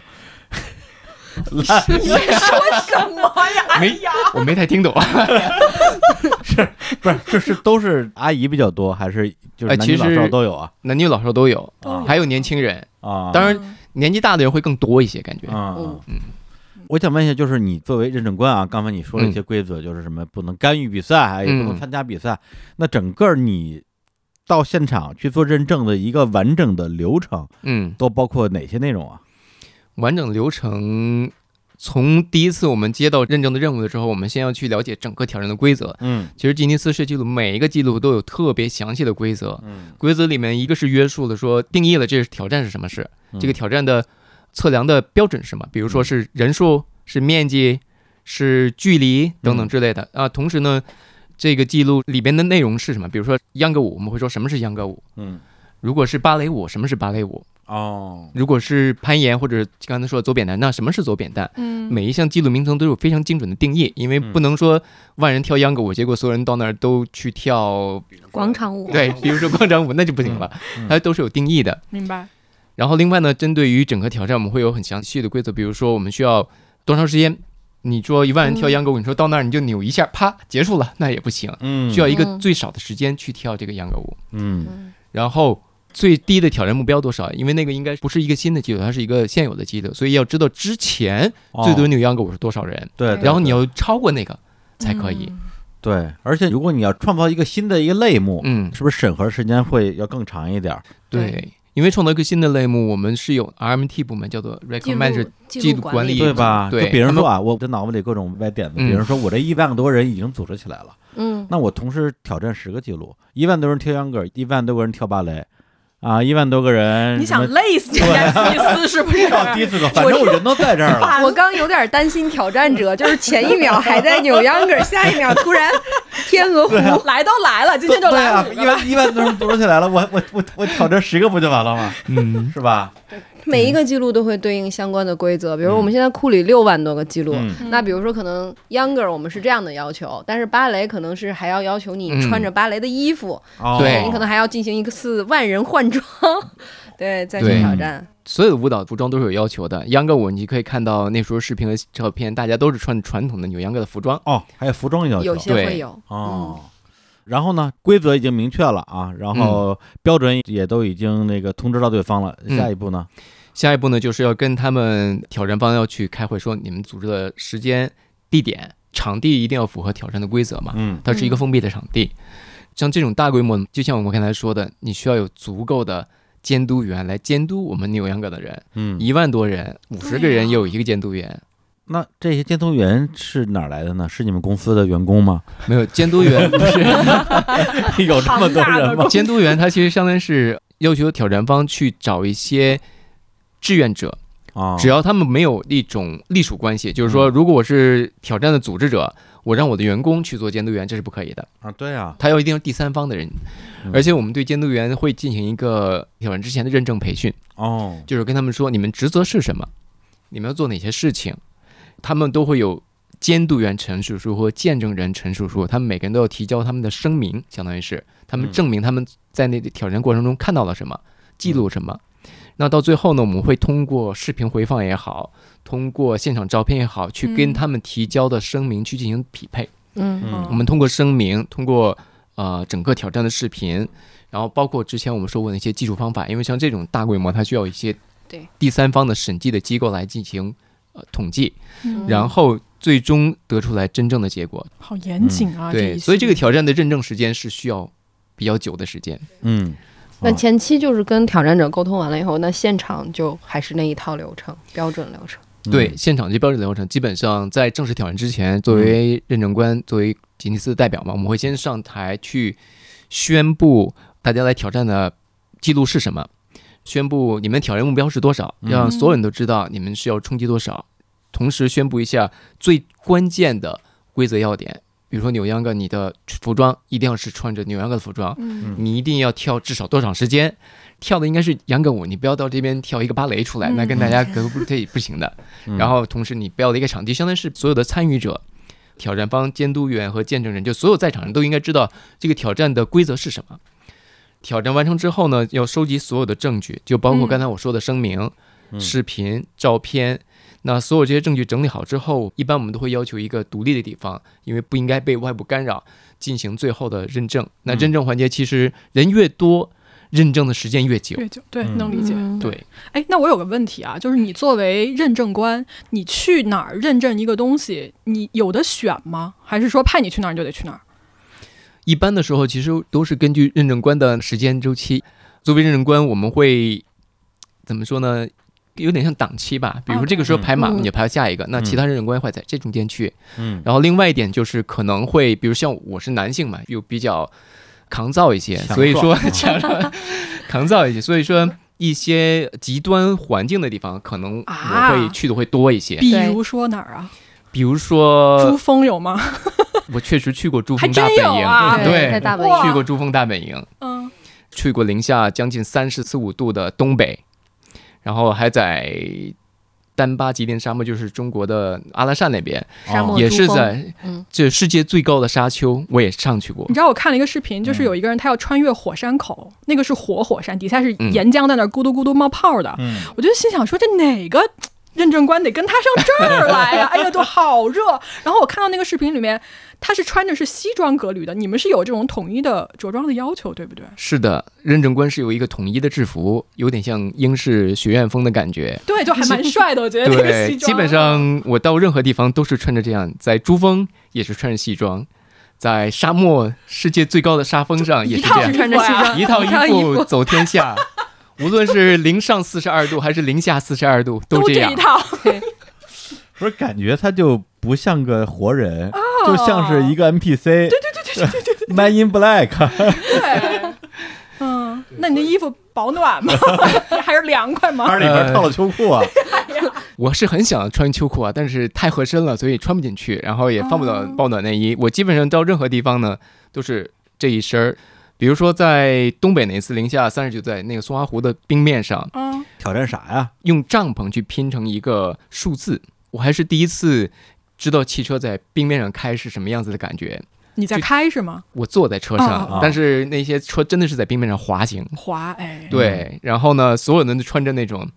A: 烂
B: 你在说什么呀？哎
D: 没
B: 呀，
D: 我没太听懂。
A: 不是，就是都是阿姨比较多，还是就是
D: 哎
A: 男
D: 其
A: 女老
D: 实
A: 少都有啊？
D: 男女老少都有，
B: 都有
D: 还有年轻人，
A: 啊，
D: 当然年纪大的人会更多一些，感觉。
A: 啊，
C: 嗯
A: 嗯我想问一下，就是你作为认证官啊，刚才你说了一些规则，就是什么不能干预比赛，也不能
D: 嗯
A: 参加比赛。那整个你到现场去做认证的一个完整的流程，
D: 嗯，
A: 都包括哪些内容啊？
D: 完整流程从第一次我们接到认证的任务的时候，我们先要去了解整个挑战的规则。
A: 嗯
D: 其实吉尼斯世界纪录每一个记录都有特别详细的规则，
A: 嗯
D: 规则里面一个是约束了说定义了这挑战是什么事，
A: 嗯
D: 这个挑战的测量的标准是什么，比如说是人数、是面积、是距离等等之类的
A: 嗯
D: 啊。同时呢，这个记录里边的内容是什么？比如说秧歌舞，我们会说什么是秧歌舞；
A: 嗯
D: 如果是芭蕾舞，什么是芭蕾舞；
A: 哦，
D: 如果是攀岩或者刚才说的走扁担，那什么是走扁担？
B: 嗯，
D: 每一项记录名称都有非常精准的定义，因为
A: 嗯
D: 不能说万人跳秧歌舞，结果所有人到那儿都去跳，
E: 广场舞，
D: 对，比如说广场舞，那就不行了
A: 嗯嗯嗯，
D: 它都是有定义的。
B: 明白。
D: 然后另外呢，针对于整个挑战，我们会有很详细的规则，比如说我们需要多长时间。你说一万人跳秧歌舞，你说到那儿你就扭一下，啪结束了，那也不行，
A: 嗯
D: 需要一个
E: 嗯
D: 最少的时间去跳这个秧歌舞。
A: 嗯
E: 嗯
D: 然后最低的挑战目标多少？因为那个应该不是一个新的记录，它是一个现有的记录，所以要知道之前
A: 哦
D: 最多扭秧歌舞是多少人，
A: 对，嗯对
D: 然后你要超过那个才可
C: 嗯
D: 以。
A: 对，而且如果你要创造一个新的一个类目，
D: 嗯，
A: 是不是审核时间会要更长一点儿？
D: 对，因为创造一个新的类目，我们是有 RMT 部门叫做 recommend 记录管理
A: 对吧？
D: 对
A: 就比如
D: 他们
A: 说啊，我这脑子里各种歪点子，
D: 嗯
A: 比如说我这一万多人已经组织起来了，
E: 嗯，
A: 那我同时挑战十个记录，一万多人跳秧歌，一万多个人跳芭蕾，啊，一万多个人
B: 你想
A: 什么
B: 累死人家吉尼斯是不是？
A: 跳迪斯科，反正我人都在这 儿了。
E: 我刚有点担心挑战者，就是前一秒还在扭秧歌，下一秒突然天鹅湖。
B: 来都来了，今天就
A: 对
B: 来
A: 啊
B: 五，个
A: 一万一万多人组织起来了，我我我我挑战十个不就完了吗？
D: 嗯，
A: 是吧？
C: 每一个记录都会对应相关的规则，比如我们现在库里六万多个记录，
A: 嗯
C: 那比如说可能 Younger 我们是这样的要求，但是芭蕾可能是还要要求你
D: 嗯
C: 穿着芭蕾的衣服，
A: 哦
D: 对
C: 你可能还要进行一次万人换装，对，再去
D: 对
C: 挑战。
D: 所有的舞蹈服装都是有要求的。秧歌舞你可以看到那时候视频和照片，大家都是穿传统的扭秧歌的服装。
A: 哦，还有服装要求，
C: 有些
D: 对
C: 会有，
A: 哦。然后呢，规则已经明确了啊，然后标准也都已经那个通知到对方了。
D: 嗯
A: 下一步呢？
D: 下一步呢，就是要跟他们挑战方要去开会，说你们组织的时间、地点、场地一定要符合挑战的规则嘛。
A: 嗯
D: 它是一个封闭的场地，像这种大规模，就像我们刚才说的，你需要有足够的监督员来监督我们扭秧歌的人，
A: 嗯，
D: 一万多人，五十个人有一个监督员，
A: 那这些监督员是哪儿来的呢？是你们公司的员工吗？
D: 没有监督员不是
A: 有这么多
B: 庞大
A: 人
B: 的
A: 吗
B: 公？
D: 监督员，他其实相当于是要求挑战方去找一些志愿者，
A: 啊，
D: 只要他们没有一种隶属关系，就是说，
A: 嗯
D: 如果我是挑战的组织者，我让我的员工去做监督员，这是不可以的。
A: 啊，对啊，
D: 他要一定是第三方的人
A: 嗯，
D: 而且我们对监督员会进行一个挑战之前的认证培训，
A: 哦，
D: 就是跟他们说你们职责是什么，你们要做哪些事情，他们都会有监督员陈述书和见证人陈述书，他们每个人都要提交他们的声明，相当于是他们
A: 嗯
D: 证明他们在那个挑战过程中看到了什么，记录什么。那到最后呢，我们会通过视频回放也好，通过现场照片也好，去
B: 嗯
D: 跟他们提交的声明去进行匹配。
C: 嗯
A: 嗯
D: 我们通过声明，通过呃整个挑战的视频，然后包括之前我们说过的一些技术方法，因为像这种大规模，它需要一些
C: 对
D: 第三方的审计的机构来进行呃统计，
B: 嗯
D: 然后最终得出来真正的结果。
B: 好严谨
A: 嗯
B: 啊，
D: 对，
B: 一
D: 所以这个
B: 系
D: 挑战的认证时间是需要比较久的时间。
A: 嗯，
C: 那
A: 哦
C: 前期就是跟挑战者沟通完了以后，那现场就还是那一套流程，标准流程。
A: 嗯
D: 对，现场这标准流程，基本上在正式挑战之前，作为认证官，作为吉尼斯的代表嘛，我们会先上台去宣布大家来挑战的记录是什么，宣布你们挑战目标是多少，
A: 嗯
D: 让所有人都知道你们是要冲击多少，同时宣布一下最关键的规则要点。比如说扭秧歌，你的服装一定要是穿着扭秧歌的服装，
B: 嗯
D: 你一定要跳至少多长时间，跳的应该是秧歌舞，你不要到这边跳一个芭蕾出来，那跟大家可不这不行的。
A: 嗯
D: 然后同时你标的一个场地，相当于是所有的参与者、挑战方、监督员和见证人，就所有在场人都应该知道这个挑战的规则是什么。挑战完成之后呢，要收集所有的证据，就包括
B: 嗯
D: 刚才我说的声明、
A: 嗯
D: 视频、照片。那所有这些证据整理好之后，一般我们都会要求一个独立的地方，因为不应该被外部干扰，进行最后的认证。那
A: 嗯
D: 认证环节其实人越多，认证的时间越久。
B: 越久，对，
A: 嗯
B: 能理解。
D: 对，
B: 哎，那我有个问题啊，就是你作为认证官，你去哪儿认证一个东西，你有的选吗？还是说派你去哪儿你就得去哪儿？
D: 一般的时候，其实都是根据认证官的时间周期。作为认证官，我们会怎么说呢？有点像档期吧，比如说这个时候排马，
C: 嗯
D: 你就排下一个，那其他人关会在这中间去。
A: 嗯
D: 然后另外一点就是可能会，比如像我是男性嘛，又比较抗造一些，
A: 强壮啊哦
D: 所以说 强壮抗造一些，所以说一些极端环境的地方，可能我
B: 啊
D: 会去的会多一些。
B: 比
C: 对
B: 如说哪儿啊？
D: 比如
B: 珠
A: 呃
D: 说，
B: 峰有吗？
D: 我确实去过珠
B: 还
D: 峰大
B: 真
D: 本
B: 有
D: 营，
B: 啊
C: 在大本
B: 哇
C: 营，
D: 去过珠峰大本营，
B: 嗯，
D: 去过零下将近三十四五度的东北，然后还在丹巴吉林沙漠，就是中国的阿拉善那边，
C: 沙
A: 哦
C: 漠哦
D: 也是
C: 珠峰
D: 在
C: 嗯
D: 这世界最高的沙丘，我也上去过
B: 你。知道我看了一个视频，
D: 嗯
B: 就是有一个人他要穿越火山口，那个是活火山，底下是
D: 嗯
B: 岩浆在那儿咕嘟咕嘟冒泡的。
A: 嗯，
B: 我就心想说，这哪个认证官得跟他上这儿来 呀、哎呀，都好热。然后我看到那个视频里面，他是穿着是西装革履的，你们是有这种统一的着装的要求，对不 对？
D: 是的，认证官是有一个统一的制服，有点像英式学院风的感觉。
B: 对，就还蛮帅的，我觉得那个
D: 对，
B: 西装。
D: 基本上我到任何地方都是穿着这样，在珠峰也是穿着西装，在沙漠世界最高的沙峰上也
B: 一
D: 是
B: 套
D: 这样
B: 衣，
E: 穿着
B: 服
E: 西
B: 呀
E: 装，
D: 一套衣服
E: 服
D: 走天 下，无论是零上四十二度还是零下四十二 度
B: 都
D: 这
B: 这
D: 样
B: 一。套，
A: 不是感觉他就不像个活人，
D: 哦
A: 就像是一个 NPC。对对对对对对，Man in Black。
B: 对，嗯，那你的衣服保暖 吗？还是凉快吗？
A: 它里边套了秋裤啊，
D: 我是很想穿秋裤啊，但是太合身了，所以穿不进去，然后也放不了
B: 哦
D: 保暖内衣。我基本上到任何地方呢，都是这一身儿。比如说在东北那次零下三十九度，在那个松花湖的冰面上，
B: 嗯，
A: 挑战啥呀？
D: 用帐篷去拼成一个数字，我还是第一次知道汽车在冰面上开是什么样子的感觉。
B: 你在
D: 就
B: 开是吗？
D: 我坐在车上，
A: 哦
D: 但是那些车真的是在冰面上滑行。
B: 滑，哎，
D: 对，然后呢，所有人都穿着那种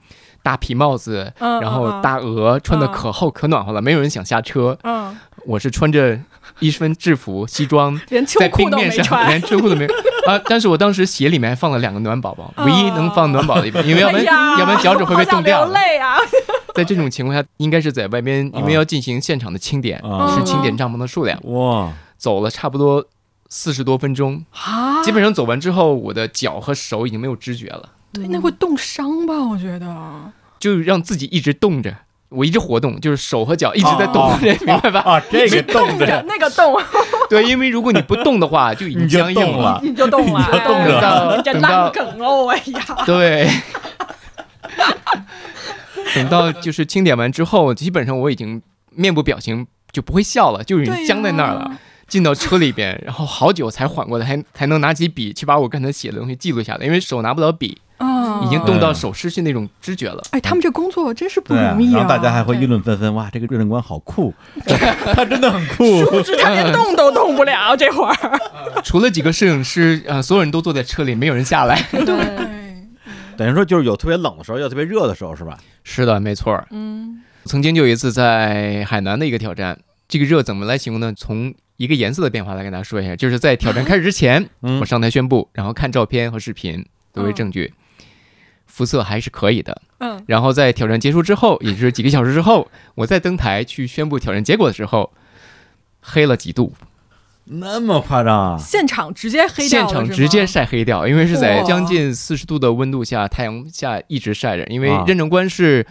D: 大皮帽子，
B: 嗯，
D: 然后大鹅穿的可厚可暖和了，没有人想下车。
B: 嗯，嗯，
D: 我是穿着一身制服西装，
B: 连 秋
D: 在
B: 裤
D: 冰
B: 都没
D: 面上
B: 穿，
D: 连秋裤 都没有啊！但是我当时鞋里面还放了两个暖宝宝，
B: 哦
D: 唯一能放暖宝的一个，因为要不然、
B: 哎呀
D: 要不然脚趾会被冻掉
B: 好想流
D: 了。
B: 泪啊！
D: 在这种情况下，应该是在外边，因为要进行现场的清点，
A: 啊
D: 嗯是清
B: 哦
D: 点帐篷的数量，
A: 哇，
D: 走了差不多。四十多分钟，
B: 啊，
D: 基本上走完之后，我的脚和手已经没有知觉了。
B: 对，那会冻伤吧？我觉得，
D: 就让自己一直动着，我一直活动，就是手和脚一直在动着， 明白吧？
A: 啊，这个冻
B: 着
A: 的
B: 那个冻啊
D: 对，因为如果你不动的话，就已
A: 哦
D: 经
A: 你就
D: 僵硬
A: 动了
B: 你就 冻了，
A: 你就冻
D: 着
B: 哎
D: 等到
B: 这烂梗哦，哎呀，
D: 对。 等到就是清点完之后，基本上我已经面部表情就不会笑了，就已经僵在那儿了。进到车里边，然后好久才缓过来，还才能拿起笔去把我刚才写的东西记录下来，因为手拿不了笔，
B: 嗯，
D: 已经冻到
A: 嗯
D: 手失去那种知觉了。
B: 哎，他们这工作真是不
A: 对啊
B: 容易
A: 然
B: 啊！
A: 后大家还会议论纷纷，哇，这个认证官好 酷，他真的很酷。
B: 是他连动都动不了，这会儿。
D: 除了几个摄影师，呃，所有人都坐在车里，没有人下来。
C: 对，
A: 等于说就是有特别冷的时候，有特别热的时候，是吧？
D: 是的，没错。
B: 嗯，
D: 曾经就有一次在海南的一个挑战，这个热怎么来形容呢？从一个颜色的变化来跟大家说一下，就是在挑战开始之前，
A: 嗯
D: 我上台宣布，然后看照片和视频作为证据，肤色还是可以的。
B: 嗯，
D: 然后在挑战结束之后，也就是几个小时之后，我再登台去宣布挑战结果的时候，黑了几度，
A: 那么夸张啊？
B: 现场直接黑掉
D: 现
B: 了
D: 场
B: 是吗
D: 直接晒黑掉，因为是在
B: 哇
D: 将近四十度的温度下，太阳下一直晒着，因为
A: 啊
D: 认证官是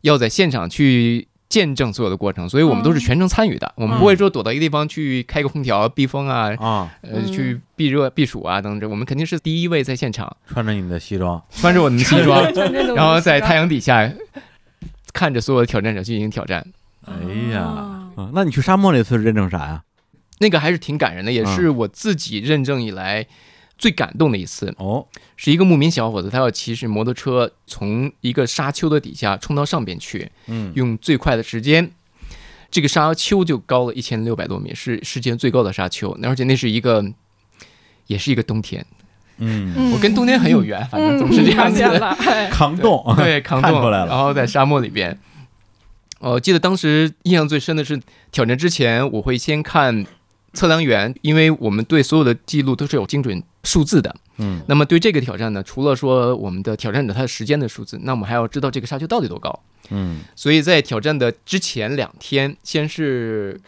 D: 要在现场去。见证所有的过程，所以我们
B: 嗯
D: 都是全程参与的。我们不会说躲到一个地方去开个空调避风啊，
A: 啊，
B: 嗯
D: 呃，去避热避暑啊等等。我们肯定是第一位在现场，
A: 穿着你的西装，
D: 穿着我们的西
E: 嗯
D: 装， 然
E: 然
D: 后在太阳底下看着所有的挑战者进行挑战。
B: 哦
A: 哎呀，啊那你去沙漠那次认证啥呀？
D: 那个还是挺感人的，也是我自己认证以来最感动的一次。
A: 哦，
D: 是一个牧民小伙子，他要骑着摩托车从一个沙丘的底下冲到上边去，
A: 嗯，
D: 用最快的时间。这个沙丘就高了一千六百多米，是世界最高的沙丘，而且那是一个，也是一个冬天。
A: 嗯，
B: 嗯
D: 我跟冬天很有缘，反正总是这样子
B: 嗯发现
D: 的。
B: 了哎
A: 抗冻，啊
D: 对，扛
A: 看
D: 冻
A: 出来了
D: 然后在沙漠里边，呃我记得当时印象最深的是挑战之前，我会先看测量员，因为我们对所有的记录都是有精准数字的。
A: 嗯，
D: 那么对这个挑战呢，除了说我们的挑战者他的时间的数字，那我们还要知道这个沙丘到底多高。
A: 嗯，
D: 所以在挑战的之前两天，先是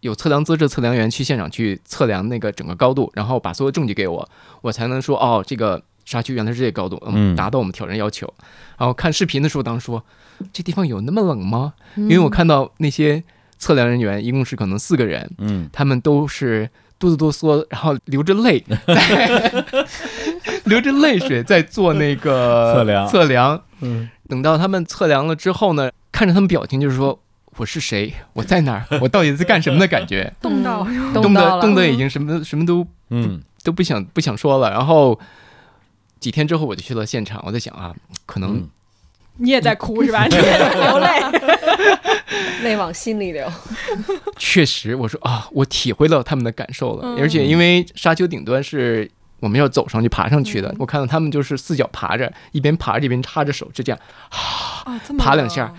D: 有测量资质测量员去现场去测量那个整个高度，然后把所有证据给我，我才能说哦，这个沙区原来是这个高度，
A: 嗯
D: 嗯，达到我们挑战要求。然后看视频的时候，当时说这地方有那么冷吗？因为我看到那些测量人员一共是可能四个人，
A: 嗯，
D: 他们都是哆哆哆嗦，然后流着 泪，在 流着泪水在做那个
A: 测量
D: 测量，
A: 嗯，
D: 等到他们测量了之后呢，看着他们表情，就是说我是谁，我在 哪儿，我到底在干什么的感觉，
B: 冻到
E: 嗯
D: 冻
C: 到
D: 得
C: 了
D: 冻得已经什么什么都
A: 嗯
D: 都不想不想说了。然后几天之后，我就去了现场，我在想啊，可能
A: 嗯
B: 你也在哭 是吧？你也在 流泪，
E: 泪往心里流。
D: 确实，我说啊，我体会到他们的感受了，
B: 嗯
D: 而且因为沙丘顶端是。我们要走上去、爬上去的。
B: 嗯
D: 我看到他们就是四脚爬着，一边爬着一边插着手，就这样，
B: 哦这么
D: 爬两下，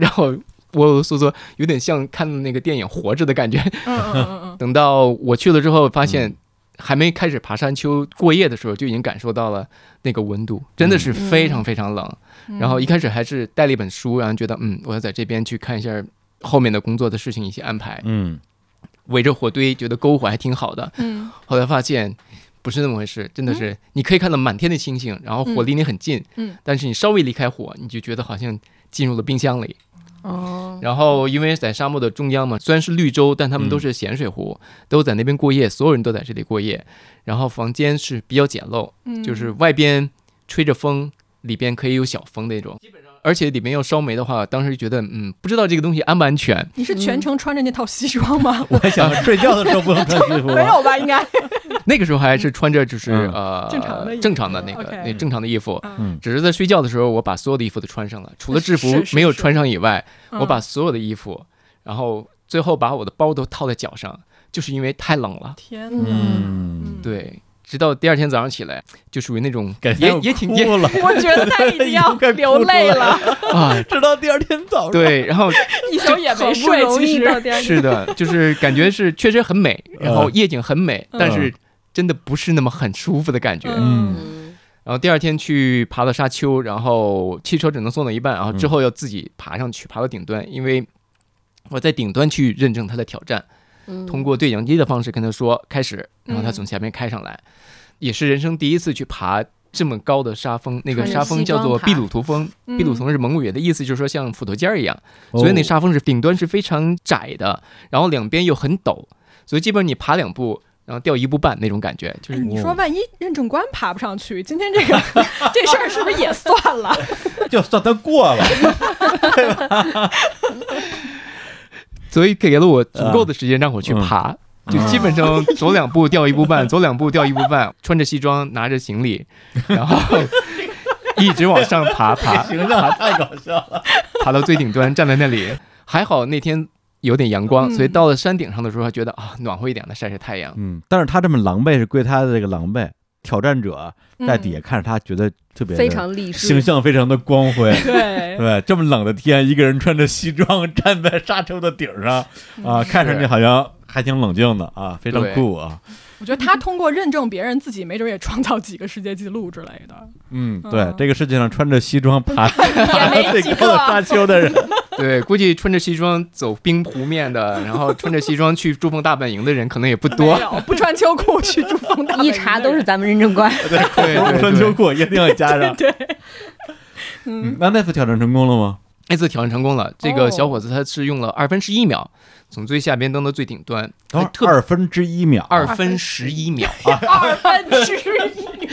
D: 然后啰啰嗦嗦，有点像看的那个电影《活着》的感觉。
B: 嗯嗯嗯嗯
D: 等到我去了之后，发现还没开始爬山丘过夜的时候，就已经感受到了那个温度，真的是非常非常冷。
B: 嗯，
D: 然后一开始还是带了一本书，然后觉得嗯，我要在这边去看一下后面的工作的事情一些安排。
A: 嗯
D: 围着火堆，觉得篝火还挺好的。
B: 嗯
D: 后来发现不是那么回事，真的是、你可以看到满天的星星，然后火离你很近，
B: 嗯
D: 但是你稍微离开火，你就觉得好像进入了冰箱里。
B: 嗯
E: 哦，
D: 然后因为在沙漠的中央嘛，虽然是绿洲，但他们
B: 嗯
D: 都是咸水湖，都在那边过夜，所有人都在这里过夜。然后房间是比较简陋，
B: 嗯
D: 就是外边吹着风，里边可以有小风那种。而且里面要烧煤的话，当时觉得嗯，不知道这个东西安不安全。
B: 你是全程穿着那套西装 吗？
A: 我想睡觉的时候不能穿西服啊
B: 没有吧，应该。
D: 那个时候还是穿着就是、
A: 嗯
D: 呃
B: 正常的衣服
D: 正常的那个
B: OK
D: 那正常的衣服，
A: 嗯
D: 只是在睡觉的时候我把所有的衣服都穿上了，除了制服
B: 是是
D: 没有
B: 是
D: 穿上以外，
B: 嗯
D: 我把所有的衣服，然后最后把我的包都套在脚上，就是因为太冷了。
B: 天
E: 嗯
A: 嗯，
D: 对，直到第二天早上起来，就属于那种
A: 感
D: 也
A: 觉
D: 也挺也
A: 哭了，
B: 我觉得他已经 要流泪了，
D: 啊，
A: 直到第二天早上。
D: 对，然 后
B: 一宿也没睡，其实。
E: 第二
D: 是的， 就是感觉是确实很美，然后
A: 嗯
D: 夜景很美，但是
A: 嗯
D: 真的不是那么很舒服的感觉。
A: 嗯
D: 然后第二天去爬到沙丘，然后汽车只能送到一半，然后
A: 嗯
D: 之后要自己爬上去，爬到顶端，因为我在顶端去认证它的挑战，
E: 嗯
D: 通过对讲机的方式跟他说开始，然后他从下面开上来，也是人生第一次去爬。这么高的沙峰，那个
E: 穿着
D: 沙峰
E: 西
D: 叫
E: 装
D: 做
E: 爬
D: 秘鲁图峰，
B: 嗯
D: 秘鲁图峰是蒙古语的意思，就是说像斧头尖儿一样，
A: 哦
D: 所以那沙峰是顶端是非常窄的，然后两边又很陡，所以基本上你爬两步，然后掉一步半那种感觉，就
B: 哎
D: 是
B: 你说万一认证官爬不上去，今天这 个这事儿是不是也算了？
A: 哦 就算他过了，
D: 所以给了我足够的时间让我去爬，就基本上走两步掉一步半，走两步掉一步半，穿着西装拿着行李，然后 一直往上爬爬
A: 形象太搞笑了。
D: 爬到最顶端，站在那里。还好那天有点阳光，
B: 嗯
D: 所以到了山顶上的时候，还觉得啊暖和一点的晒晒太阳。
A: 嗯，但是他这么狼狈是归他的这个狼狈，挑战者
B: 嗯
A: 在底下看着他，觉得特别的
C: 非常励
A: 形
C: 志，
A: 象非常的光辉。
B: 嗯 对，
A: 对，这么冷的天，一个人穿着西装站在沙丘的顶上
B: 嗯
A: 啊，看上去好像还挺冷静的啊，非常
D: 对
A: 酷啊。
B: 我觉得他通过认证别人，自己没准也创造几个世界纪录之类的。
A: 嗯，对
B: 嗯，
A: 这个世界上穿着西装爬爬
B: 没
A: 到最
B: 几
A: 高的
B: 个
A: 沙丘 的人，
D: 对，估计穿着西装走冰湖面的，然后穿着西装去珠峰大本营的人可能也不
B: 没
D: 多。
B: 有哦不穿秋 裤去珠峰大本营
E: 一
B: 的人
E: 查都是咱们认证 官，
A: 对，口
D: 对
A: 红
D: 对
A: 穿秋裤一定要加上。
B: 对，
A: 嗯那那次挑战成功了吗？
D: 那次挑战成功了，这
B: 哦
D: 个小伙子他是用了二分十一秒，从最下边登到最顶端，
A: 等会
D: 还特
A: 哎啊儿二分之一秒，
D: 二分十一秒，
B: 二分之 一，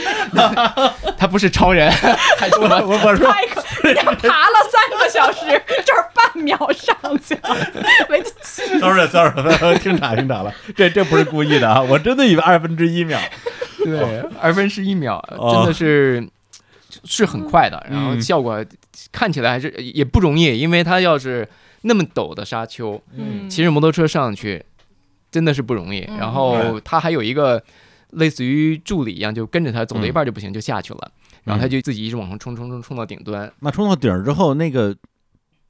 D: 他不是 超人，还是
A: 我
D: 么？
A: 我我说
B: 太可，人家爬了三个小时，这儿半秒上去了， 没气死
A: sorry sorry，听 岔听岔了，这这不是故意的啊，我真的以为二分之一秒。
D: 对，二分十一秒，
A: 哦
D: 真的是是很快的，然后
A: 嗯
D: 效果看起来还是也不容易，因为它要是那么陡的沙丘，
B: 嗯
D: 骑着摩托车上去真的是不容易。
B: 嗯
D: 然后他还有一个类似于助理一样，就跟着他走到一半就不行，就下去了。然后他就自己一直往上冲，冲冲冲到顶端，
A: 那冲到顶儿之后，那个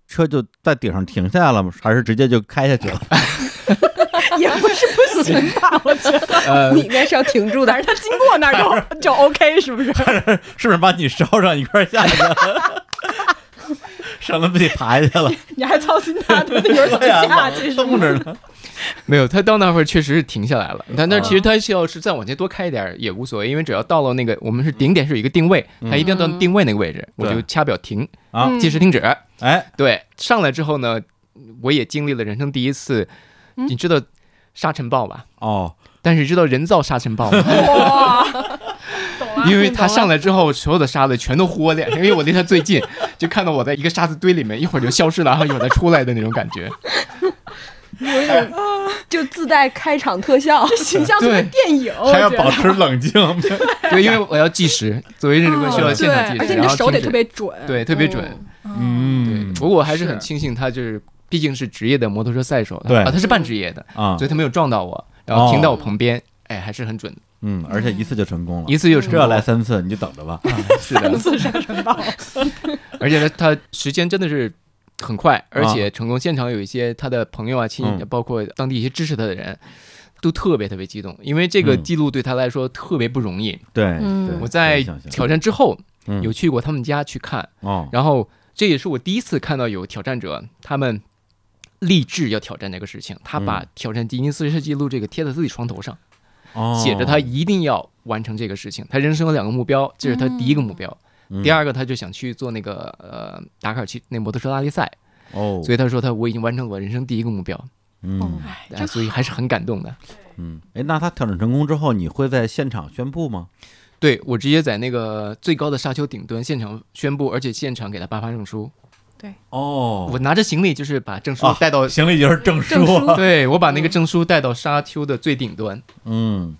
A: 车就在顶上停下来了吗？还是直接就开下去了？
E: 也不是不行吧？我觉得
D: 呃，
E: 你应该是要停住
B: 反
E: 的。
B: 正他经过那儿 就就 OK，是不是？
A: 是不是把你捎上一块儿下去了？省得自己爬下去了，
B: 你还操心他他那会儿怎么
A: 对呀
B: 下
D: 啊
B: 去？是
A: 冻
B: 吗
A: 着呢。
D: 没有，他到那会儿确实是停下来了，但但其实他要是再往前多开一点儿也无所谓，因为只要到了那个我们是顶点是有一个定位，他一定要到定位那个位置，我就掐表停
A: 啊
D: 计时停止。
A: 哎，
D: 对，上来之后呢，我也经历了人生第一次，
B: 嗯
D: 你知道沙尘暴吧？
A: 哦，
D: 但是知道人造沙尘暴吗？
B: 哇，懂了，
D: 因为他上来之后，所有的沙子全都糊我脸上，因为我离他最近，就看到我在一个沙子堆里面，一会儿就消失了，然后一会儿再出来的那种感觉。
E: 有一
D: 啊
E: 种
B: 啊
E: 就自带开场特 效，
B: 这形象特别
D: 对
B: 电影，我
A: 还要
B: 觉
A: 保
B: 得
A: 持冷静，
D: 对，因为我要计时，作为认
B: 嗯
D: 识官需要现场计
B: 哦对，
D: 时，
B: 而且你
D: 然
B: 的
D: 后
B: 手得
D: 停止
B: 特别哦准，
D: 对，特别准。对，
A: 嗯，
D: 不过我还是
B: 是
D: 很庆幸他就是，毕竟是职业的摩托车赛手，
A: 对
D: 啊，他是半职业的，
A: 啊哦
D: 所，以他没有撞到我，然后停到我旁边，哎，还是很准的，
A: 嗯，而且一次就成功了，
D: 一次就成
A: 这
D: 功嗯
A: 要来三次你就等着吧，
D: 是 的，
B: 自杀城堡，
D: 而且他他时间真的是很快，而
A: 啊
D: 且成功现场有一些他的朋友啊、亲戚啊，
A: 嗯
D: 包括当地一些支持他的人。都特别特别激动，因为这个
A: 嗯
D: 记录对他来说特别不容易。
A: 对，
C: 嗯
A: 对
D: 我在
A: 可以想象
D: 挑战之后
A: 嗯
D: 有去过他们家去看，
A: 哦，
D: 然后这也是我第一次看到有挑战者他们立志要挑战这个事情，他把
A: 嗯
D: 挑战吉尼斯世界纪录这个贴在自己床头上，
A: 哦
D: 写着他一定要完成这个事情。他人生有两个目标，这是他第一个目标，
A: 嗯
D: 第二个他就想去做那个呃达喀尔骑那摩托车拉力赛，
A: 嗯哦，
D: 所以他说他我已经完成了我人生第一个目标，
A: 嗯
B: 哎
D: 啊、所以 还是很感动的。
A: 嗯，哎，那他挑战成功之后，你会在现场宣布吗？
D: 对我直接在那个最高的沙丘顶端现场宣布，而且现场给他颁发证书。
A: 哦
D: 我拿着行李就是把证书
A: 啊
D: 带到
A: 行李就是证书，
E: 证书
D: 对我把那个证书带到沙丘的最顶端，
A: 嗯，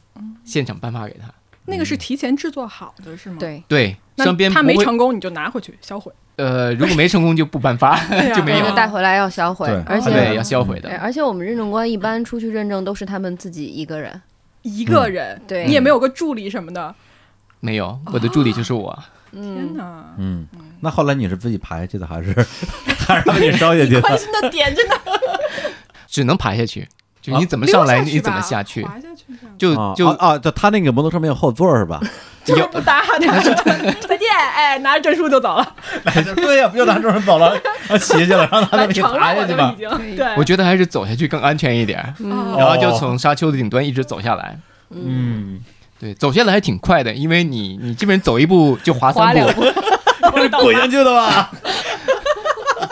D: 现场颁发给他。
B: 那个是提前制作好的
E: 嗯
B: 是吗？，
C: 对，
D: 对，
B: 那
D: 双边
B: 他
D: 不
B: 没
D: 会
B: 成功你就拿回去销毁，
D: 呃，如果没成功就不颁 发，
B: 对啊
D: 就没
C: 那
D: 有
C: 个带回来要销毁
A: 对，
C: 而
D: 对，
C: 且
D: 要销毁
C: 对，
B: 嗯
D: 的。
C: 而且我们认证官一般出去认证都是他们自己一个人，
B: 一
D: 嗯
B: 个人，
C: 对
B: 你也没有个助理什么的，
D: 没有，我的助理就是我。
B: 天
C: 嗯，
B: 哪！
A: 嗯，那后来你是自己爬下去的，还是 还是让你烧下去
B: 关
A: 的？
B: 心的点真的
D: 只能爬下去，就
A: 啊
D: 你怎么上来，
B: 溜
D: 你怎
B: 吧
D: 么下去，
B: 滑下去这样，
D: 就
A: 啊
D: 就
A: 啊，啊就他那个摩托车没有后座儿是 吧？
B: 这么不搭 的， 再见，哎，拿着证书就走了，
A: 哎对呀，不就拿这人走了，啊骑下去了，然后他
B: 完
A: 给
B: 成
A: 爬
B: 了
A: 下
B: 我
A: 去
B: 都已
A: 吧。
B: 经，对，
D: 我觉得还是走下去更安全一点儿，
B: 哦
D: 然后就从沙丘的顶端一直走下来。
A: 嗯，
D: 对，走下来还挺快的，因为你你基本上走一步就滑
E: 滑
D: 三
E: 两
D: 步，
E: 步，
A: 是 滚下去的吧？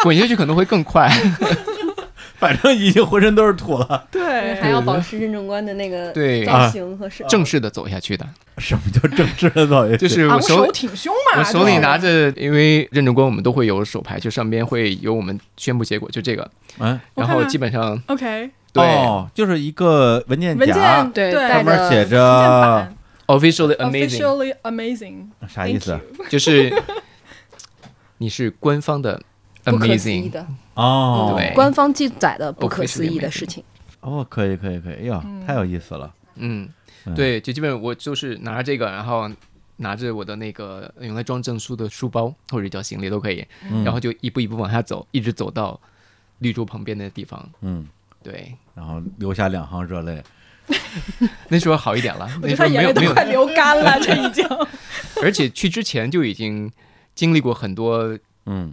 D: 滚下去可能会更快。
A: 反正已经浑身都是土了。
B: 对，
E: 还要保持认证官的那个
D: 对
E: 造型和手
D: 正式的走下去的，
A: 什么叫正式的导游？
D: 就是
B: 昂
D: 我手
B: 首啊挺胸嘛，
D: 我手
B: 就
D: 里
B: 是
D: 拿着，因为认证官我们都会有手牌，就上边会有我们宣布结果，就这个，
A: 嗯，
D: 然
B: 我
D: 后
B: 看看
D: 基本上
B: OK
D: 对
A: 哦，就是一个文件
B: 文
A: 夹
B: 件，
E: 对
A: 上
E: 带着
B: 对
A: 面写
B: 文件
A: 着
B: 版
D: officially amazing
B: officially amazing，
A: 啥意思
B: Thank？you
D: 就是你是官方的
C: 不可思议
D: amazing，
C: 的，
B: 嗯
A: 哦，
D: 对
C: 官方记载的不可思议的事情，
A: 哦，可以可以可以，哎呀，太有意思了。
D: 嗯
A: 嗯，
D: 对，就基本上我就是拿着这个，然后拿着我的那个用来装证书的书包或者叫行李都可以，
A: 嗯
D: 然后就一步一步往下走，一直走到绿洲旁边的地方。
A: 嗯，
D: 对，
A: 然后流下两行热泪。
D: 那时候好一点了，
B: 我觉得
D: 那时
B: 他
D: 候没
B: 眼
D: 有
B: 泪都
D: 没有
B: 快流干了，这已 经。
D: 而且去之前就已经经历过很多，
A: 嗯，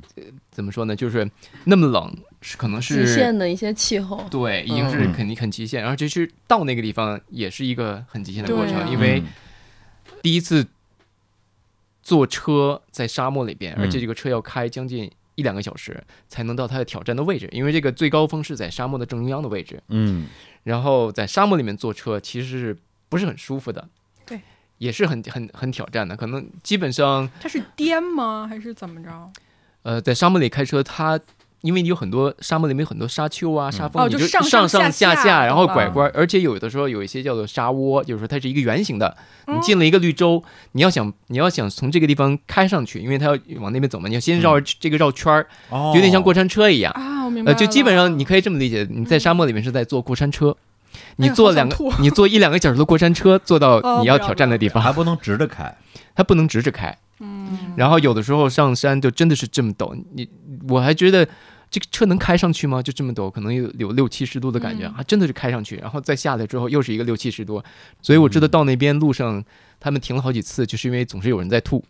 D: 怎么说呢？就是那么冷，是可能
C: 极
D: 是
C: 限的一些气候，
D: 对，已经是肯定很极限。然后其实到那个地方也是一个很极限的过
B: 对啊
D: 程，因为
A: 嗯
D: 第一次坐车在沙漠里边，
A: 嗯
D: 而且这个车要开将近一两个小时才能到它的挑战的位置，因为这个最高峰是在沙漠的正中央的位置。
A: 嗯
D: 然后在沙漠里面坐车其实是不是很舒服的？
B: 对。
D: 也是很很很挑战的，可能基本上
B: 他是颠吗？还是怎么着？
D: 呃，在沙漠里开车，它因为你有很多沙漠里面有很多沙丘啊、沙峰，
B: 哦
D: 你
B: 就是上
D: 上
B: 上下嗯
D: 下
B: 下
D: 然后拐
B: 懂
D: 弯儿，而且有的时候有一些叫做沙窝，就是说它是一个圆形的。你
B: 嗯
D: 进了一个绿洲，你要想你要想从这个地方开上去，因为它要往那边走嘛，你要先绕这个绕圈儿，
A: 哦，
D: 有点像过山车一样。
B: 啊，我明白
D: 呃，
B: 了。嗯
D: 就基本上你可以这么理解，你在沙漠里面是在坐过山车，你
B: 哎呀
D: 坐
B: 好
D: 两
B: 想
D: 个
B: 吐，
D: 你坐一两个小时的过山车，坐
B: 哦
D: 到你要
B: 不要
D: 挑战的地
A: 还
D: 方，
A: 不能直着开。
D: 它不能直着开。
B: 嗯，
D: 然后有的时候上山就真的是这么陡，你我还觉得这个车能开上去吗？就这么陡，可能有有六七十度的感觉、
B: 嗯
D: 啊，真的是开上去，然后再下来之后又是一个六七十度，所以我知道到那边路上他们停了好几次，就是因为总是有人在吐。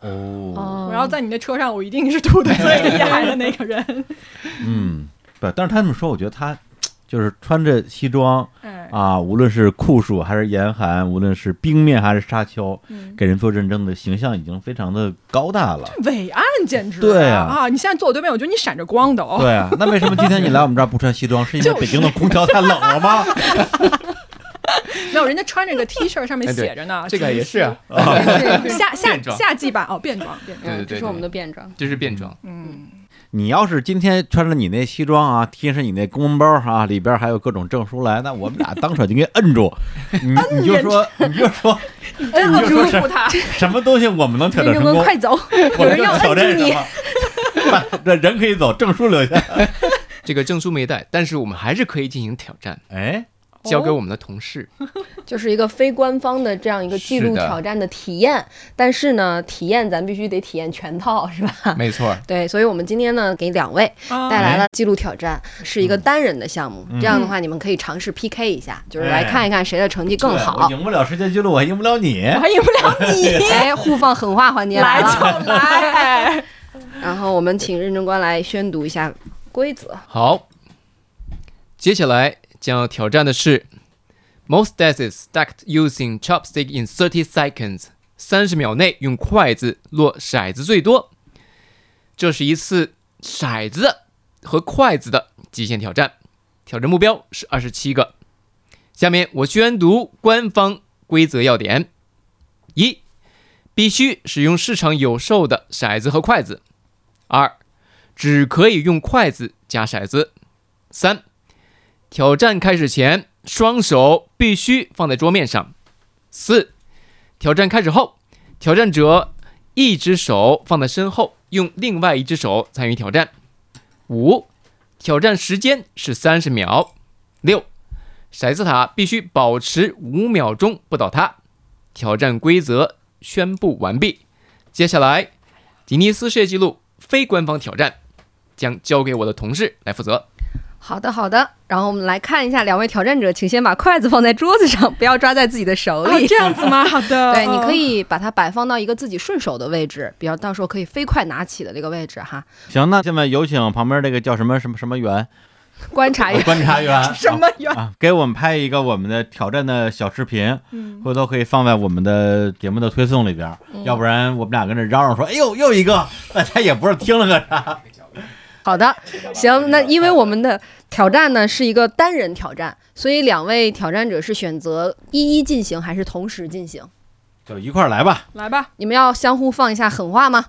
A: 哦，
C: 哦
B: 我要在你的车上，我 一定是吐的最厉害的那个人。
A: 嗯，对，但是他这么说，我觉得他就是穿着西装
B: 哎，
A: 啊，无论是酷暑还是严寒，无论是冰面还是沙丘，
B: 嗯
A: 给人做认证的形象已经非常的高大了。
B: 伟岸简直
A: 对
B: 啊
A: 啊
B: 你现在坐我对面，我觉得你闪着光的哦。
A: 对啊，那为什么今天你来我们这儿不穿西装？是因为
B: 就是
A: 北京的空调太冷了吗？
B: 没有，人家穿 着个 T 恤，上面
D: 哎对
B: 写着呢，
D: 这个也是啊，
B: 夏夏
D: 变装
B: 夏季版哦，变装变装，
D: 对对
C: 这
D: 对
C: 是我们
D: 对，
C: 的变装。
D: 这是变装，
B: 嗯，
A: 你要是今天穿着你那西装啊，贴上你那公文包啊，里边还有各种证书来，那我们俩当场就给你摁住，你你就说你就说
B: 摁
A: 你就说是
B: 住他，
A: 什么东西我们能挑
C: 变
A: 战成
C: 装
A: 功
C: 哥，快走！
A: 我们
C: 有人要
A: 要挑战
C: 摁住
A: 什
C: 你
A: 么？ 把这人可以走，证书留下。
D: 这个证书没带，但是我们还是可以进行挑战，
A: 哎，
D: 交给我们的同事。
C: 就是一个非官方的这样一个记录
D: 是的
C: 挑战的体验，但是呢，体验咱必须得体验全套，是吧？
D: 没错，
C: 对，所以我们今天呢，给两位
B: 啊
C: 带来了记录挑战，是一
A: 嗯
C: 个单人的项目。这样的话，你们可以尝试 PK 一下，就是来看一看谁的成绩更
A: 哎对我
C: 好。
A: 赢不了世界纪录，我还赢不了你
B: 我。还赢不 了你，
C: 哎，互放狠话环节
B: 来
C: 来了，
B: 就来，
C: 然后我们请认证官来宣读一下规则。
D: 好，接下来将要挑战的是 most dashes stacked using chopstick in thirty seconds，三十秒内用筷子落骰子最多。这是一次骰子的和筷子的极限挑战，挑战目标是二十七个。下面我宣读官方规则要点：一、必须使用市场有售的骰子和筷子；二、只可以用筷子加骰子。三，挑战开始前，双手必须放在桌面上。四，挑战开始后，挑战者一只手放在身后，用另外一只手参与挑战。五，挑战时间是三十秒。六，骰子塔必须保持五秒钟不倒塌。挑战规则宣布完毕。接下来，吉尼斯世界纪录非官方挑战将交给我的同事来负责。
C: 好的，好的。然后我们来看一下两位挑战者，请先把筷子放在桌子上，不要抓在自己的手
B: 啊
C: 里。
B: 这样子 吗？好的，
C: 对，你可
B: 哦。
C: 以把它摆放到一个自己顺手的位置，比较到时候可以飞快拿起的这个位置哈。
A: 行，那现在有请旁边这个叫什么什么什么员，
C: 观察一下，
A: 观察员
B: 什么原
A: 啊，给我们拍一个我们的挑战的小视频，
B: 嗯
A: 回头可以放在我们的节目的推送里边儿，要不然我们俩跟这嚷嚷说，哎呦又一个，大家也不是听了个啥。
C: 好的，行，那因为我们的挑战呢是一个单人挑战，所以两位挑战者是选择一一进行还是同时进行？
A: 就一块儿来吧，
B: 来吧，
C: 你们要相互放一下狠话吗？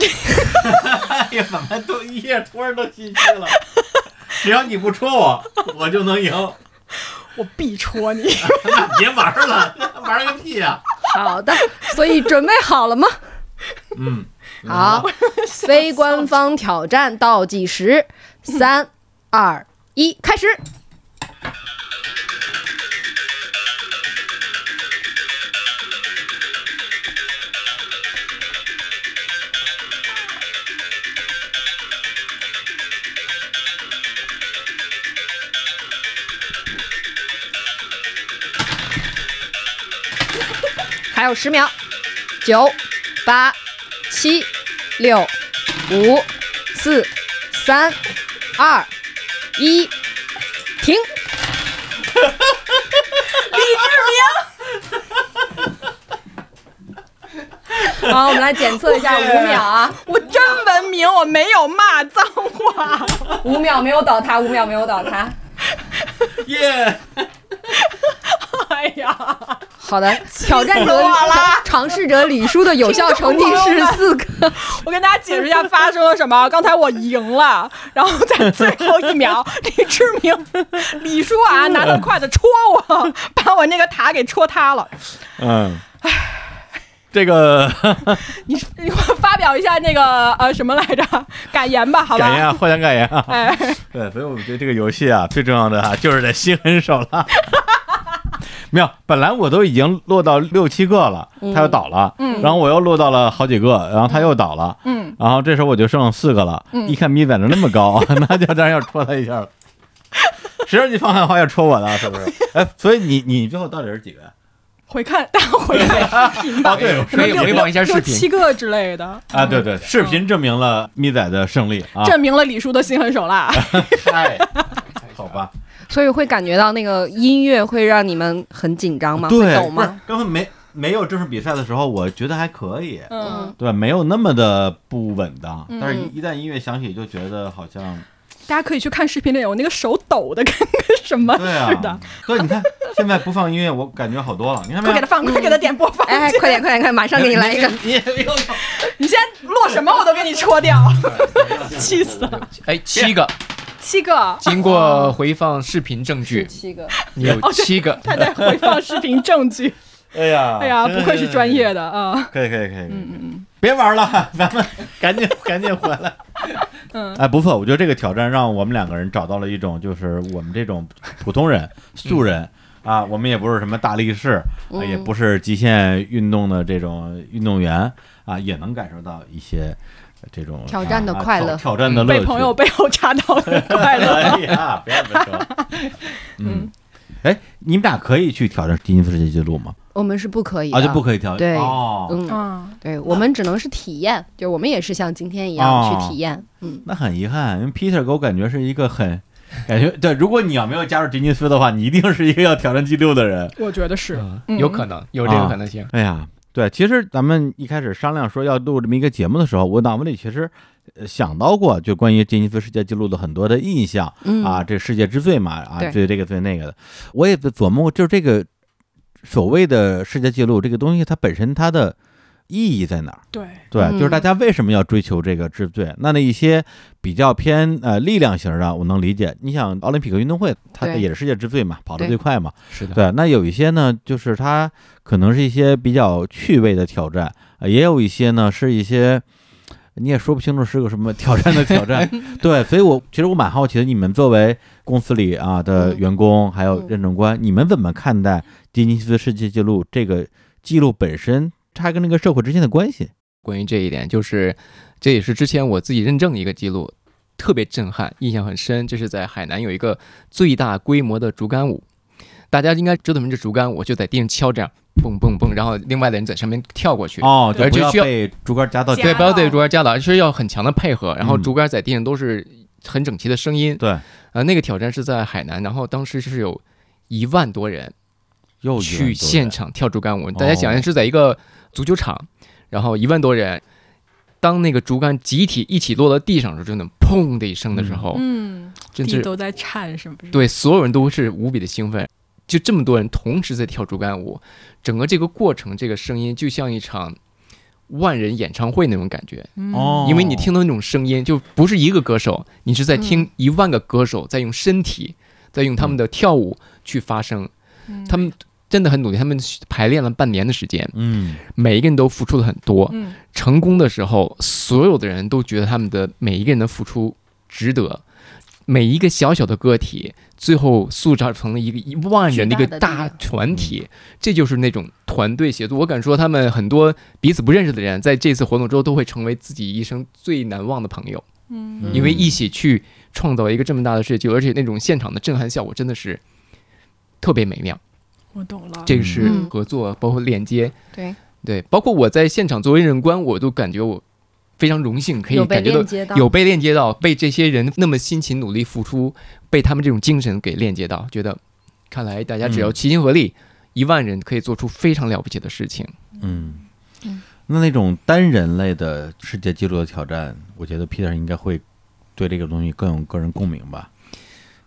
A: 哎呀，怎么都一夜突然都心虚了？ 只要你不戳我，我就能赢。
B: 我必戳你。
A: 那别玩儿了，玩儿个屁啊呀、
C: 好的，所以准备 好了吗？
A: 嗯，
C: 好，非官方挑战倒计时，三、二、一，开始。还有十秒，九、八、七、六、五、四、三、二、一， 停！ 李志明。好，我们来检测一下五秒啊，
B: 我真文明，我没有骂脏话。
C: 五秒没有倒塌，五秒没有倒塌。
A: 耶！
B: 哎呀，
C: 好的，挑战
B: 死我
C: 者
B: 了
C: 尝试者李叔的有效成绩是四个。
B: 我跟大家解释一下发生了什 么。刚才我赢了，然后在最后一 秒，李志明、李叔啊拿他筷子戳我， 把我那个塔给戳塌了。
A: 嗯，这个
B: 你你发表一下那个呃什么来着感言吧，好吧？
A: 感言啊，获奖感言啊。
B: 哎，
A: 对，所以我们觉得这个游戏啊，最重要的啊，就是得心狠手辣。 没有，本来我都已经落到六七个了，他又倒了，
B: 嗯
A: 然后我又落到了好几个，然后他又倒了，
B: 嗯，
A: 然后这时候我就剩四个了。
B: 嗯
A: 一看米攒着那么高， 那就当然要戳他一 下了。 谁让你放狠话要戳我的，是不是？哎，所以你你最后到底是几个？
B: 回看，大家回看视
D: 啊
B: 频吧。
A: 对
B: 什么
D: 可以
B: 六
D: 回望一下
B: 六
D: 视
B: 六七
D: 频。
B: 个之类的，
A: 啊，对对，视频证明了咪仔的胜利啊，
B: 证明了李叔的心狠手辣。
A: 哎，好吧，
E: 所以会感觉到那个音乐会让你们很紧张吗？
A: 对
E: 会抖
A: 不是
E: 吗？
A: 根本没没有正式比赛的时候，我觉得还可以，
B: 嗯，
A: 对吧？没有那么的不稳当，
B: 嗯
A: 但是一一旦音乐响起，就觉得好 像
B: 大家可以去看视频里，我那个手抖的跟个什么
A: 对啊，
B: 似的。
A: 哥，你看现在不放音乐，我感觉好多了，你看没
B: 快给
A: 有
B: 他？
D: 嗯
B: 放，快给他点播放。
E: 哎，快点快点快点，马上给你来一个。
B: 你先落什么我都给你戳 掉，气死了！
D: 哎，七个，
B: 七个，
D: 经过回放视频证据，
E: 七个，
D: 你有 七个。
B: 他在回放视频证 据。
A: 哎呀，
D: 啊
B: 哎呀，不愧是专业的啊！
A: 可以，可以可以可以，
B: 嗯嗯
A: 别玩了，咱们赶紧赶紧回 来。
B: 嗯
A: 哎，不错，我觉得这个挑战让我们两个人找到了一种，就是我们这种普通人、素人
B: 嗯
A: 啊，我们也不是什么大力士，啊
E: 嗯
A: 也不是极限运动的这种运动员啊，也能感受到一些呃这种
E: 挑战的
A: 啊
E: 快乐
A: 挑挑战的
B: 嗯，
A: 乐
B: 被
A: 趣。
B: 朋友背后插刀的快 乐。
A: 哎呀，不要这么 说。嗯，哎，你们俩可以去挑战吉尼斯世界纪录吗？
E: 我们是不可以的，
A: 啊，就不可以挑
E: 对
A: 哦，
E: 嗯，
B: 啊，
E: 对我们只能是体验，就我们也是像今天一样
A: 哦
E: 去体验，嗯，
A: 那很遗憾，因为 Peter 给我感觉是一个很。感觉对，如果你要没有加入吉尼斯的话，你一定是一个要挑战记录的人。
B: 我觉得是，
D: 嗯啊
B: 嗯
D: 有可能有这个可能性，
A: 哎呀，对，其实咱们一开始商量说要录这么一个节目的时候，我脑子里其实呃想到过，就关于吉尼斯世界纪录的很多的印象，
E: 嗯
A: 啊，这世界之最嘛，啊，
E: 对
A: 最这个最那个的，我也在琢磨过，就是这个所谓的世界纪录这个东西，它本身它的意义在哪儿？
B: 对，
A: 对，就是大
E: 嗯
A: 家为什么要追求这个之最？那那一些比较偏呃力量型的，我能理解。你想奥林匹克运动会，它
E: 对
A: 也是世界之最嘛，跑得
E: 对
A: 最快嘛。
D: 是的，
A: 对，那有一些呢，就是它可能是一些比较趣味的挑战，呃也有一些呢是一些你也说不清楚是个什么挑战的挑 战。对，所以我其实我蛮好奇的，你们作为公司里啊的
E: 嗯
A: 员工，还有
E: 嗯
A: 认证官，你们怎么看待吉尼斯世界纪录这个记录本身，它跟那个社会之间的关系？
D: 关于这一点，就是这也是之前我自己认证的一个记录，特别震撼，印象很深。这是在海南有一个最大规模的竹竿舞，大家应该知道什么是竹竿舞，就在地上敲这样，蹦蹦蹦，然后另外的人在上面跳过去。
A: 哦，就
D: 而
A: 不
D: 且
A: 要
D: 需要
A: 被竹竿夹到
B: 夹
A: 脚
D: 对，不要对
B: 到
D: 竹竿夹倒，是要很强的配合。然后
A: 嗯
D: 竹竿在地上都是很整齐的声音。
A: 对，
D: 呃，那个挑战是在海南，然后当时是有一万多人
A: 又
D: 去现场跳竹竿舞。大家想
A: 哦
D: 象是在一个足球场，然后一万多人，当那个竹竿集体一起落到地上的时候，真的砰的一声的时候，
B: 嗯，
D: 真
B: 地
D: 是
B: 都在颤，是不是？
D: 哦对所有人都是无比的兴奋。就这么多人同时在跳竹竿舞，整个这个过程，这个声音就像一场万人演唱会那种感觉。
B: 嗯
A: 哦，
D: 因为你听到那种声音，就不是一个歌手，你是在听一万个歌手在用身体，在用他们的跳舞去发声。
B: 嗯
D: 他们真的很努力，他们排练了半年的时间，
A: 嗯，
D: 每一个人都付出了很多。
B: 嗯
D: 成功的时候，所有的人都觉得他们的每一个人的付出值得。每一个小小的个体，最后塑造成了一个一万人的一
E: 巨
D: 个
E: 大的力
D: 大
E: 量
D: 团体，这就是那种团队协作。我敢说，他们很多彼此不认识的人，在这次活动之后，都会成为自己一生最难忘的朋友。
B: 嗯
D: 因为一起去创造一个这么大的世界纪录，而且那种现场的震撼效果真的是特别美妙。
B: 嗯我懂了，
D: 这个是
E: 嗯
D: 合作，包括链接，
E: 对
D: 对，包括我在现场作为认官，我都感觉我非常荣幸，可以
E: 有被
D: 感觉到
E: 链接到，
D: 有被链接到，被这些人那么辛勤努力付出，被他们这种精神给链接到，觉得看来大家只要
A: 嗯
D: 齐心合力，一万人可以做出非常了不起的事情。
A: 嗯，那那种单人类的世界纪录的挑战，我觉得 Peter 应该会对这个东西更有个人共鸣吧。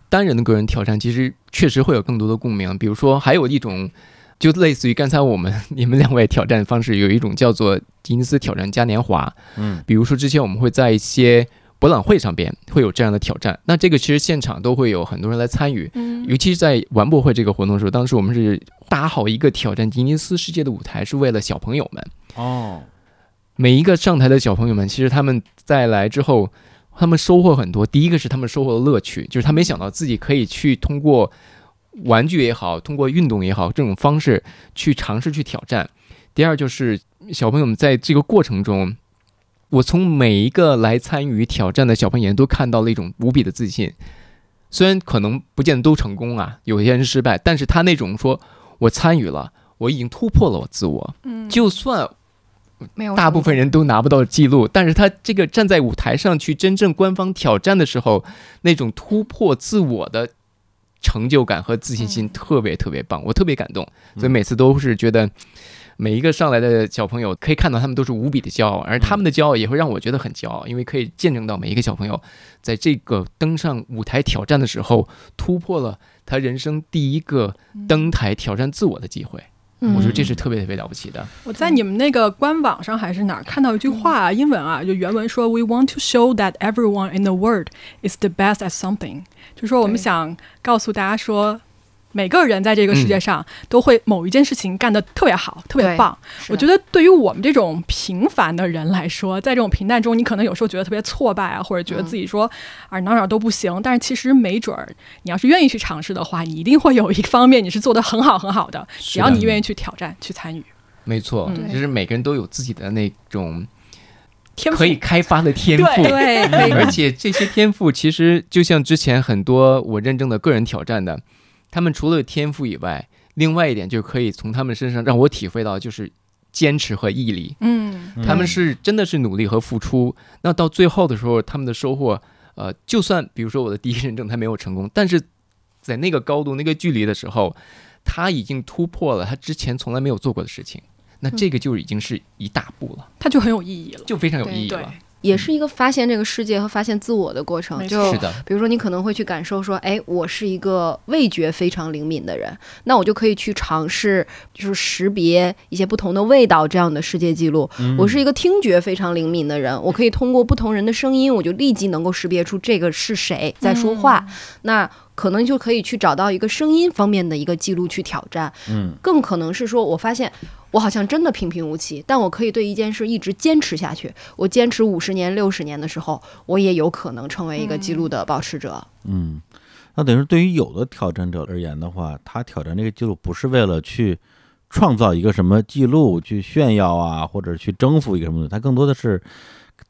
D: 单人的个人挑战，其实确实会有更多的共鸣。比如说，还有一种，就类似于刚才我们你们两位挑战方式，有一种叫做吉尼斯挑战嘉年华。
A: 嗯，
D: 比如说，之前我们会在一些博览会上边会有这样的挑战，那这个其实现场都会有很多人来参与。
B: 嗯
D: 尤其是在玩博会这个活动的时候，当时我们是搭好一个挑战吉尼斯世界的舞台，是为了小朋友们。
A: 哦，
D: 每一个上台的小朋友们，其实他们在来之后，他们收获很多。第一个是他们收获了乐趣，就是他没想到自己可以去通过玩具也好，通过运动也好，这种方式去尝试去挑战。第二就是小朋友们在这个过程中，我从每一个来参与挑战的小朋友都看到了一种无比的自信。虽然可能不见得都成功啊，有些人失败，但是他那种说我参与了，我已经突破了我自我。
B: 嗯，
D: 就算
F: 没有
D: 大
F: 什么
D: 部分人都拿不到记录，但是他这个站在舞台上去真正官方挑战的时候，那种突破自我的成就感和自信心特别特别
B: 嗯
D: 棒，我特别感动，所以每次都是觉得。每一个上来的小朋友，可以看到他们都是无比的骄傲，而他们的骄傲也会让我觉得很骄
B: 嗯
D: 傲，因为可以见证到每一个小朋友在这个登上舞台挑战的时候，突破了他人生第一个登台挑战自我的机会。
B: 嗯
D: 我觉得这是特别特别了不起的。
B: 我在你们那个官网上还是哪儿看到一句话、啊，英文啊，就原文说 “We want to show that everyone in the world is the best at something”，就说我们
F: 对
B: 想告诉大家说，每个人在这个世界上都会某一件事情干得特别好，特别
C: 对
B: 棒。
C: 是
B: 我觉得对于我们这种平凡的人来说，在这种平淡中，你可能有时候觉得特别挫败啊，或者觉得自己说、啊哪儿哪儿都不行，但是其实没准儿，你要是愿意去尝试的话，你一定会有一方面你是做得很好很好的，只要你愿意去挑战、去参与。
D: 没错，
B: 嗯
D: 就是每个人都有自己的那种
B: 天赋
D: 可以开发的天
B: 对
D: 赋，
E: 对，可 以
D: 而且这些天赋其实就像之前很多我认证的个人挑战的，他们除了有天赋以外，另外一点就可以从他们身上让我体会到就是坚持和毅力，
B: 嗯，
D: 他们是真的是努力和付出，那到最后的时候，他们的收获，呃，就算比如说我的第一认证他没有成功，但是在那个高度、那个距离的时候，他已经突破了他之前从来没有做过的事情，那这个就已经是一大步了，
B: 它就很有意义了。
D: 就非常有意义
B: 对
D: 了。
C: 也是一个发现这个世界和发现自我的过程
B: 没。错
C: 就是
D: 的，
C: 比如说，你可能会去感受说，哎，我是一个味觉非常灵敏的人，那我就可以去尝试，就是识别一些不同的味道这样的世界纪录。
A: 嗯
C: 我是一个听觉非常灵敏的人，我可以通过不同人的声音，我就立即能够识别出这个是谁在说话。那可能就可以去找到一个声音方面的一个记录去挑战。
A: 嗯
C: 更可能是说，我发现我好像真的平平无奇，但我可以对一件事一直坚持下去。我坚持五十年、六十年的时候，我也有可能成为一个记录的保持者。
A: 嗯，那等于说对于有的挑战者而言的话，他挑战这个记录不是为了去创造一个什么记录去炫耀啊，或者去征服一个什么东西，他更多的是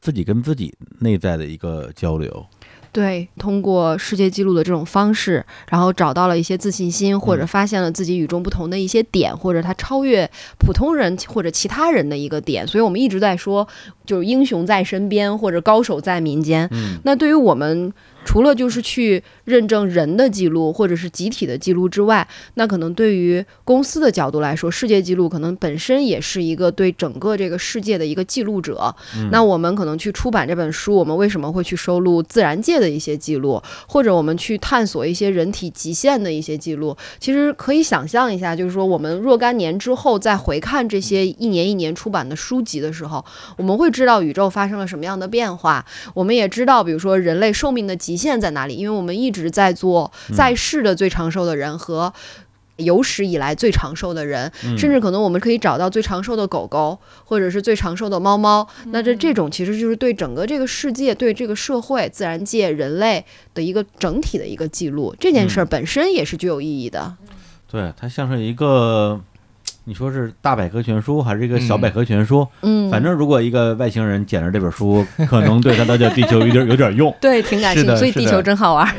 A: 自己跟自己内在的一个交流。
C: 对，通过世界纪录的这种方式，然后找到了一些自信心，或者
A: 嗯
C: 发现了自己与众不同的一些点，或者他超越普通人或者其他人的一个点。所以我们一直在说，就是英雄在身边，或者高手在民间。
A: 嗯
C: 那对于我们，除了就是去认证人的记录或者是集体的记录之外，那可能对于公司的角度来说，世界纪录可能本身也是一个对整个这个世界的一个记录者。那我们可能去出版这本书，我们为什么会去收录自然界的一些记录，或者我们去探索一些人体极限的一些记录？其实可以想象一下，就是说我们若干年之后再回看这些一年一年出版的书籍的时候，我们会知道宇宙发生了什么样的变化，我们也知道，比如说人类寿命的极限在哪里，因为我们一直在做在世的最长寿的人和有史以来最长寿的人，
D: 嗯
A: 嗯
C: 甚至可能我们可以找到最长寿的狗狗，或者是最长寿的猫猫。那这这种
A: 嗯
C: 其实就是对整个这个世界、对这个社会、自然界、人类的一个整体的一个记录。这件事
A: 嗯
C: 儿本身也是具有意义的。
A: 对，它像是一个，你说是大百科全书还是一个小百科全书？
C: 嗯，
A: 反正如果一个外星人捡着这本书，可能对他了解地球有点有点用。
C: 对，挺感
A: 是
C: 兴
A: 的
C: 趣，所以
A: 是的
C: 地球真好玩儿。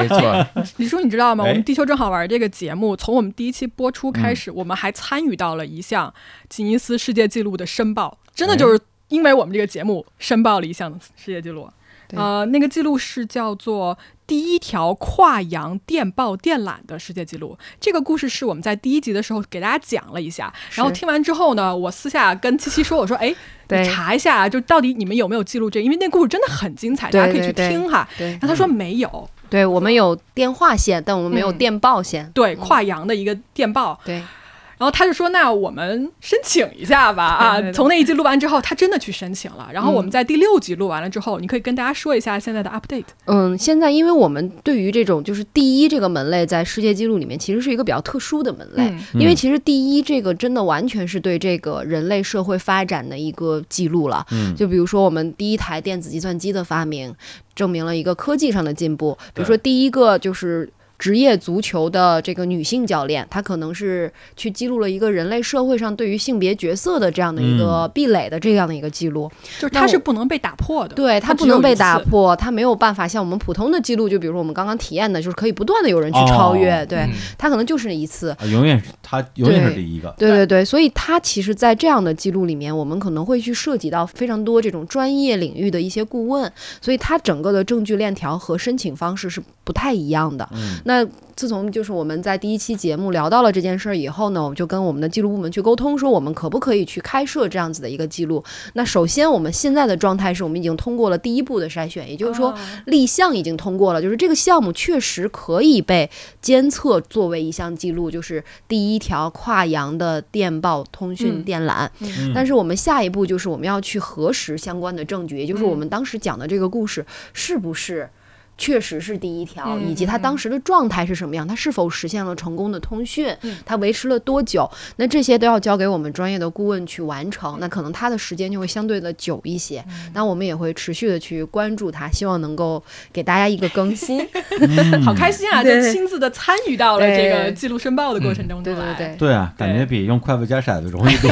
D: 没错，
B: 李叔，你知道吗？
A: 哎
B: 我们《地球正好玩》这个节目，从我们第一期播出开
D: 嗯
B: 始，我们还参与到了一项吉尼斯世界纪录的申报，真的就是因为我们这个节目申报了一项世界纪录。
C: 对
B: 呃，那个记录是叫做第一条跨洋电报电缆的世界纪录。这个故事是我们在第一集的时候给大家讲了一下，然后
C: 是
B: 听完之后呢，我私下跟七七说，我说，哎，你
E: 对
B: 查一下，就到底你们有没有记录这个因为那故事真的很精彩，
C: 对
B: 大家可以去
C: 对对嗯
B: 听哈。
C: 对
B: 然后他说没有，
C: 对，我们有电话线，但我们没有
F: 嗯
C: 电报线。
B: 对跨洋的一个电报，
C: 对，
B: 然后他就说：“那我们申请一下吧。”啊
F: 对对，对
B: 从那一集录完之后，他真的去申请了。
C: 嗯
B: 然后我们在第六集录完了之后，你可以跟大家说一下现在的 update。
C: 嗯，现在因为我们对于这种就是第一这个门类，在世界纪录里面其实是一个比较特殊的门类，
B: 嗯
A: 嗯
C: 因为其实第一这个真的完全是对这个人类社会发展的一个记录了。
A: 嗯
C: 就比如说我们第一台电子计算机的发明，证明了一个科技上的进步，比
A: 对
C: 如说第一个就是。职业足球的这个女性教练，她可能是去记录了一个人类社会上对于性别角色的这样的一
A: 嗯
C: 个壁垒的这样的一个记录。
B: 就是
C: 那
B: 它
C: 我
B: 是不能被打破的。
C: 对，它
B: 它只
C: 不能
B: 有
C: 被
B: 一
C: 打
B: 次
C: 破，它没有办法像我们普通的记录，就比如说我们刚刚体验的，就是可以不断的有人去超越。
A: 哦
C: 对，
D: 嗯
C: 它可能就是那一次。
A: 啊永远是他永远是第一个。
C: 对对对，所以它其实，在这样的记录里面，我们可能会去涉及到非常多这种专业领域的一些顾问，所以它整个的证据链条和申请方式是不太一样的。
A: 嗯
C: 那自从就是我们在第一期节目聊到了这件事儿以后呢，我们就跟我们的记录部门去沟通，说我们可不可以去开设这样子的一个记录。那首先，我们现在的状态是我们已经通过了第一步的筛选，也就是 说，
B: 啊
C: 立项已经通过了，就是这个项目确实可以被监测作为一项记录，就是第一条跨洋的电报通讯
B: 嗯
C: 电缆。
A: 嗯
C: 但是我们下一步就是我们要去核实相关的证据，
B: 嗯
C: 也就是我们当时讲的这个故事是不是。确实是第一条，
B: 嗯
C: 以及他当时的状态是什么样，他是否实现了成功的通讯
B: 嗯，
C: 他维持了多久，那这些都要交给我们专业的顾问去完成。那可能他的时间就会相对的久一些，
B: 嗯
C: 那我们也会持续的去关注他，希望能够给大家一个 更新。
A: 嗯
B: 好开心啊！就
E: 对
B: 亲自的参与到了这个
C: 对嗯
B: 记录申报的过程中
C: 对对
B: 来
C: 对，
A: 对啊，感觉比用筷子夹骰子容易多。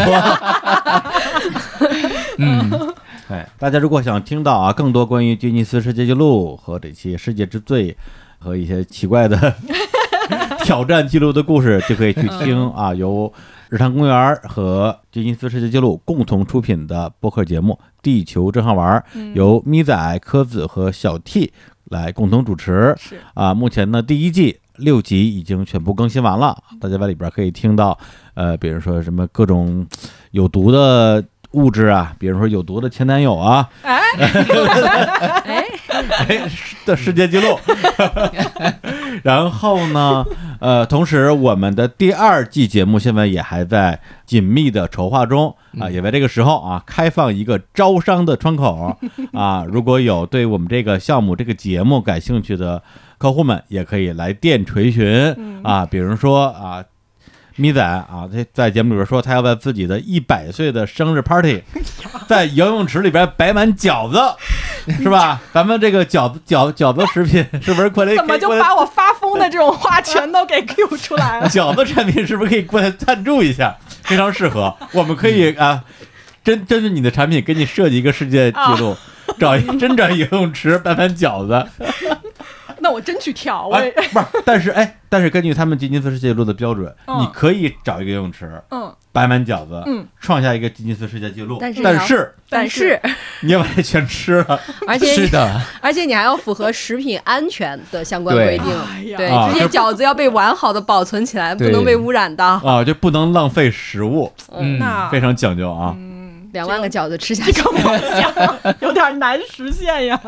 D: 嗯，
A: 哎，大家如果想听到啊更多关于吉尼斯世界纪录和这些世界之最和一些奇怪的 挑战记录的故事，就可以去听啊由日坛公园和吉尼斯世界纪录共同出品的播客节目《地球真好玩》，由咪仔、柯子和小 T 来共同主持。
B: 是
A: 啊，目前呢第一季六集已经全部更新完了，大家在里边可以听到，呃，比如说什么各种有毒的物质啊，比如说有毒的前男友啊，
B: 哎
E: 哎，
A: 哎的世界纪录。 然后呢，呃，同时我们的第二季节目现在也还在紧密的筹划中啊、
B: 嗯
A: 也在这个时候啊，开放一个招商的窗口 啊，如果有对我们这个项目、这个节目感兴趣的客户们，也可以来电垂询
B: 嗯
A: 啊，比如说啊。咪仔啊，他在节目里边说，他要在自己的一百岁的生日 party，在游泳池里边摆满饺子，是吧？咱们这个饺子饺饺子食品是不是过来
B: 怎么就把我发疯的这种话全都 给 Q 出来了？
A: 饺子产品是不是可以过来赞助一下？非常适合，我们可以啊，针针对你的产品给你设计一个世界纪
B: 哦
A: 录，找一真找一游泳池摆满饺子。
B: 那我真去跳，我
A: 哎
B: 也，
A: 不是，但是哎，但是根据他们吉尼斯世界纪录的标准，
B: 嗯
A: 你可以找一个游泳池
B: 嗯，
A: 摆满饺子，
B: 嗯，
A: 创下一个吉尼斯世界纪录。
E: 但是
A: 但
E: 要
A: 是
B: 但
E: 但
B: 是
E: 是
A: 你要把这全吃了，
C: 而
D: 是
C: 且
D: 的，
C: 而且你还要符合食品安全的相关规
D: 对
C: 定。
B: 哎呀，
C: 对，
A: 啊
C: 这些饺子要被完好的保存起
E: 啊
C: 来，不
D: 对
C: 能被污染到。
A: 啊，就不能浪费食物，
D: 嗯，
B: 那
A: 非常讲究啊。
B: 嗯
C: 两万个饺子吃下
B: 这
C: 去，
B: 个梦想有点难实现呀。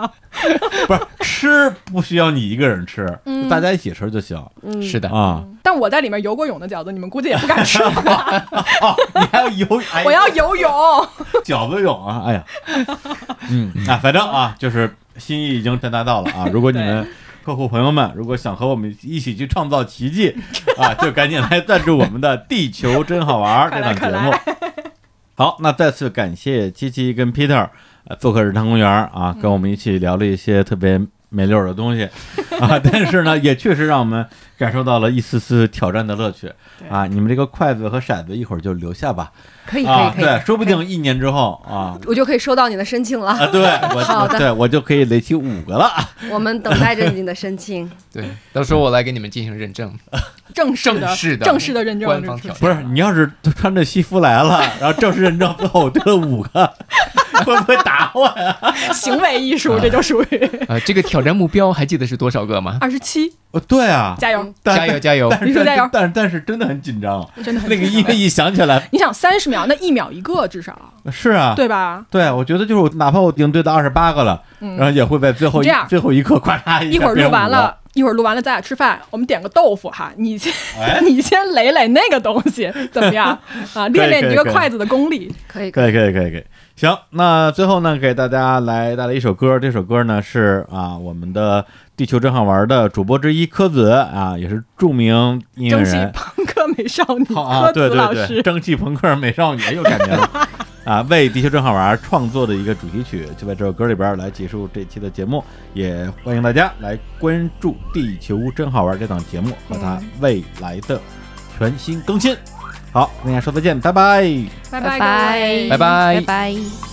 A: 不是吃不需要你一个人吃，
B: 嗯
A: 大家一起吃就行
C: 嗯
D: 是的，
A: 啊。
B: 但我在里面游过泳的饺子，你们估计也不敢吃吧？
A: 哦，你还要游？ 哎呀
B: 我要游泳，
A: 饺子泳啊！哎呀，嗯啊，反正啊，就是心意已经传达到了啊。如果你们客户朋友们如果想和我们一起去创造奇迹啊，就赶紧来赞助我们的《地球真好玩》这
B: 快来
A: 档节目。好，那再次感谢七七跟 Peter 呃做客日坛公园啊，跟我们一起聊了一些特别没溜儿的 东西啊，但是呢，也确实让我们感受到了一丝丝挑战的乐趣
B: 对
A: 啊。你们这个筷子和骰子一会儿就留下吧，
B: 哎
E: 可以可以
A: 啊，
E: 可以，
A: 对，说不定一年之后 啊
C: 我就可以收到你的申请了。
A: 啊，对我
C: 好
A: 我
C: 的
A: 对我就可以垒起五个了。
E: 我们等待着你的申请。
D: 对，到时候我来给你们进行认证，
B: 正式的
D: 正式的
B: 正式的认证，
D: 官方挑
A: 不是，你要是都穿着西服来了，然后正式认证最 后我得了五个， 会不会打我呀？
B: 行为艺术，
A: 嗯
B: 这就属于
D: 呃，这个挑战目标还记得是多少个吗？
B: 二十七，
A: 哦对啊，
B: 加油！
A: 但
D: 加油！加 油！
A: 但
B: 你
A: 是
B: 说加油
A: 但但是真的很紧张，
B: 真的很
A: 那个音乐一响起来，
B: 你想三十秒，那一秒一个至少，
A: 是啊，
B: 对吧？
A: 对，我觉得就是我哪怕我已经对到二十八个了，然后也会在最后一
B: 嗯你这样
A: 最后一刻咔嚓
B: 一
A: 下
B: 会儿
A: 变成
B: 录完
A: 五个
B: 了，一会儿录完了，咱俩吃饭，我们点个豆腐哈，你先、
A: 哎
B: 你先垒垒那个东西，怎么 样啊？练练你这
A: 可
B: 个
A: 以
B: 筷子的功力。
E: 可以可以
A: 可以可以可以可以。行，那最后呢，给大家来带来一首歌，这首歌呢是啊我们的《地球真好玩》的主播之一柯子啊，也是著名音乐
B: 蒸汽
A: 人。
B: 朋克美少女
A: 好啊，
B: 柯
A: 对
B: 子老
A: 对对，
B: 师，
A: 蒸汽朋克美少女又改名了。啊，为《地球真好玩》创作的一个主题曲，就在这首歌里边来结束这期的节目。也欢迎大家来关注《地球真好玩》这档节目和它未来的全新更新。好，跟大家说再见，拜拜。
B: 拜
E: 拜
B: 各位
D: 拜拜
E: 拜拜。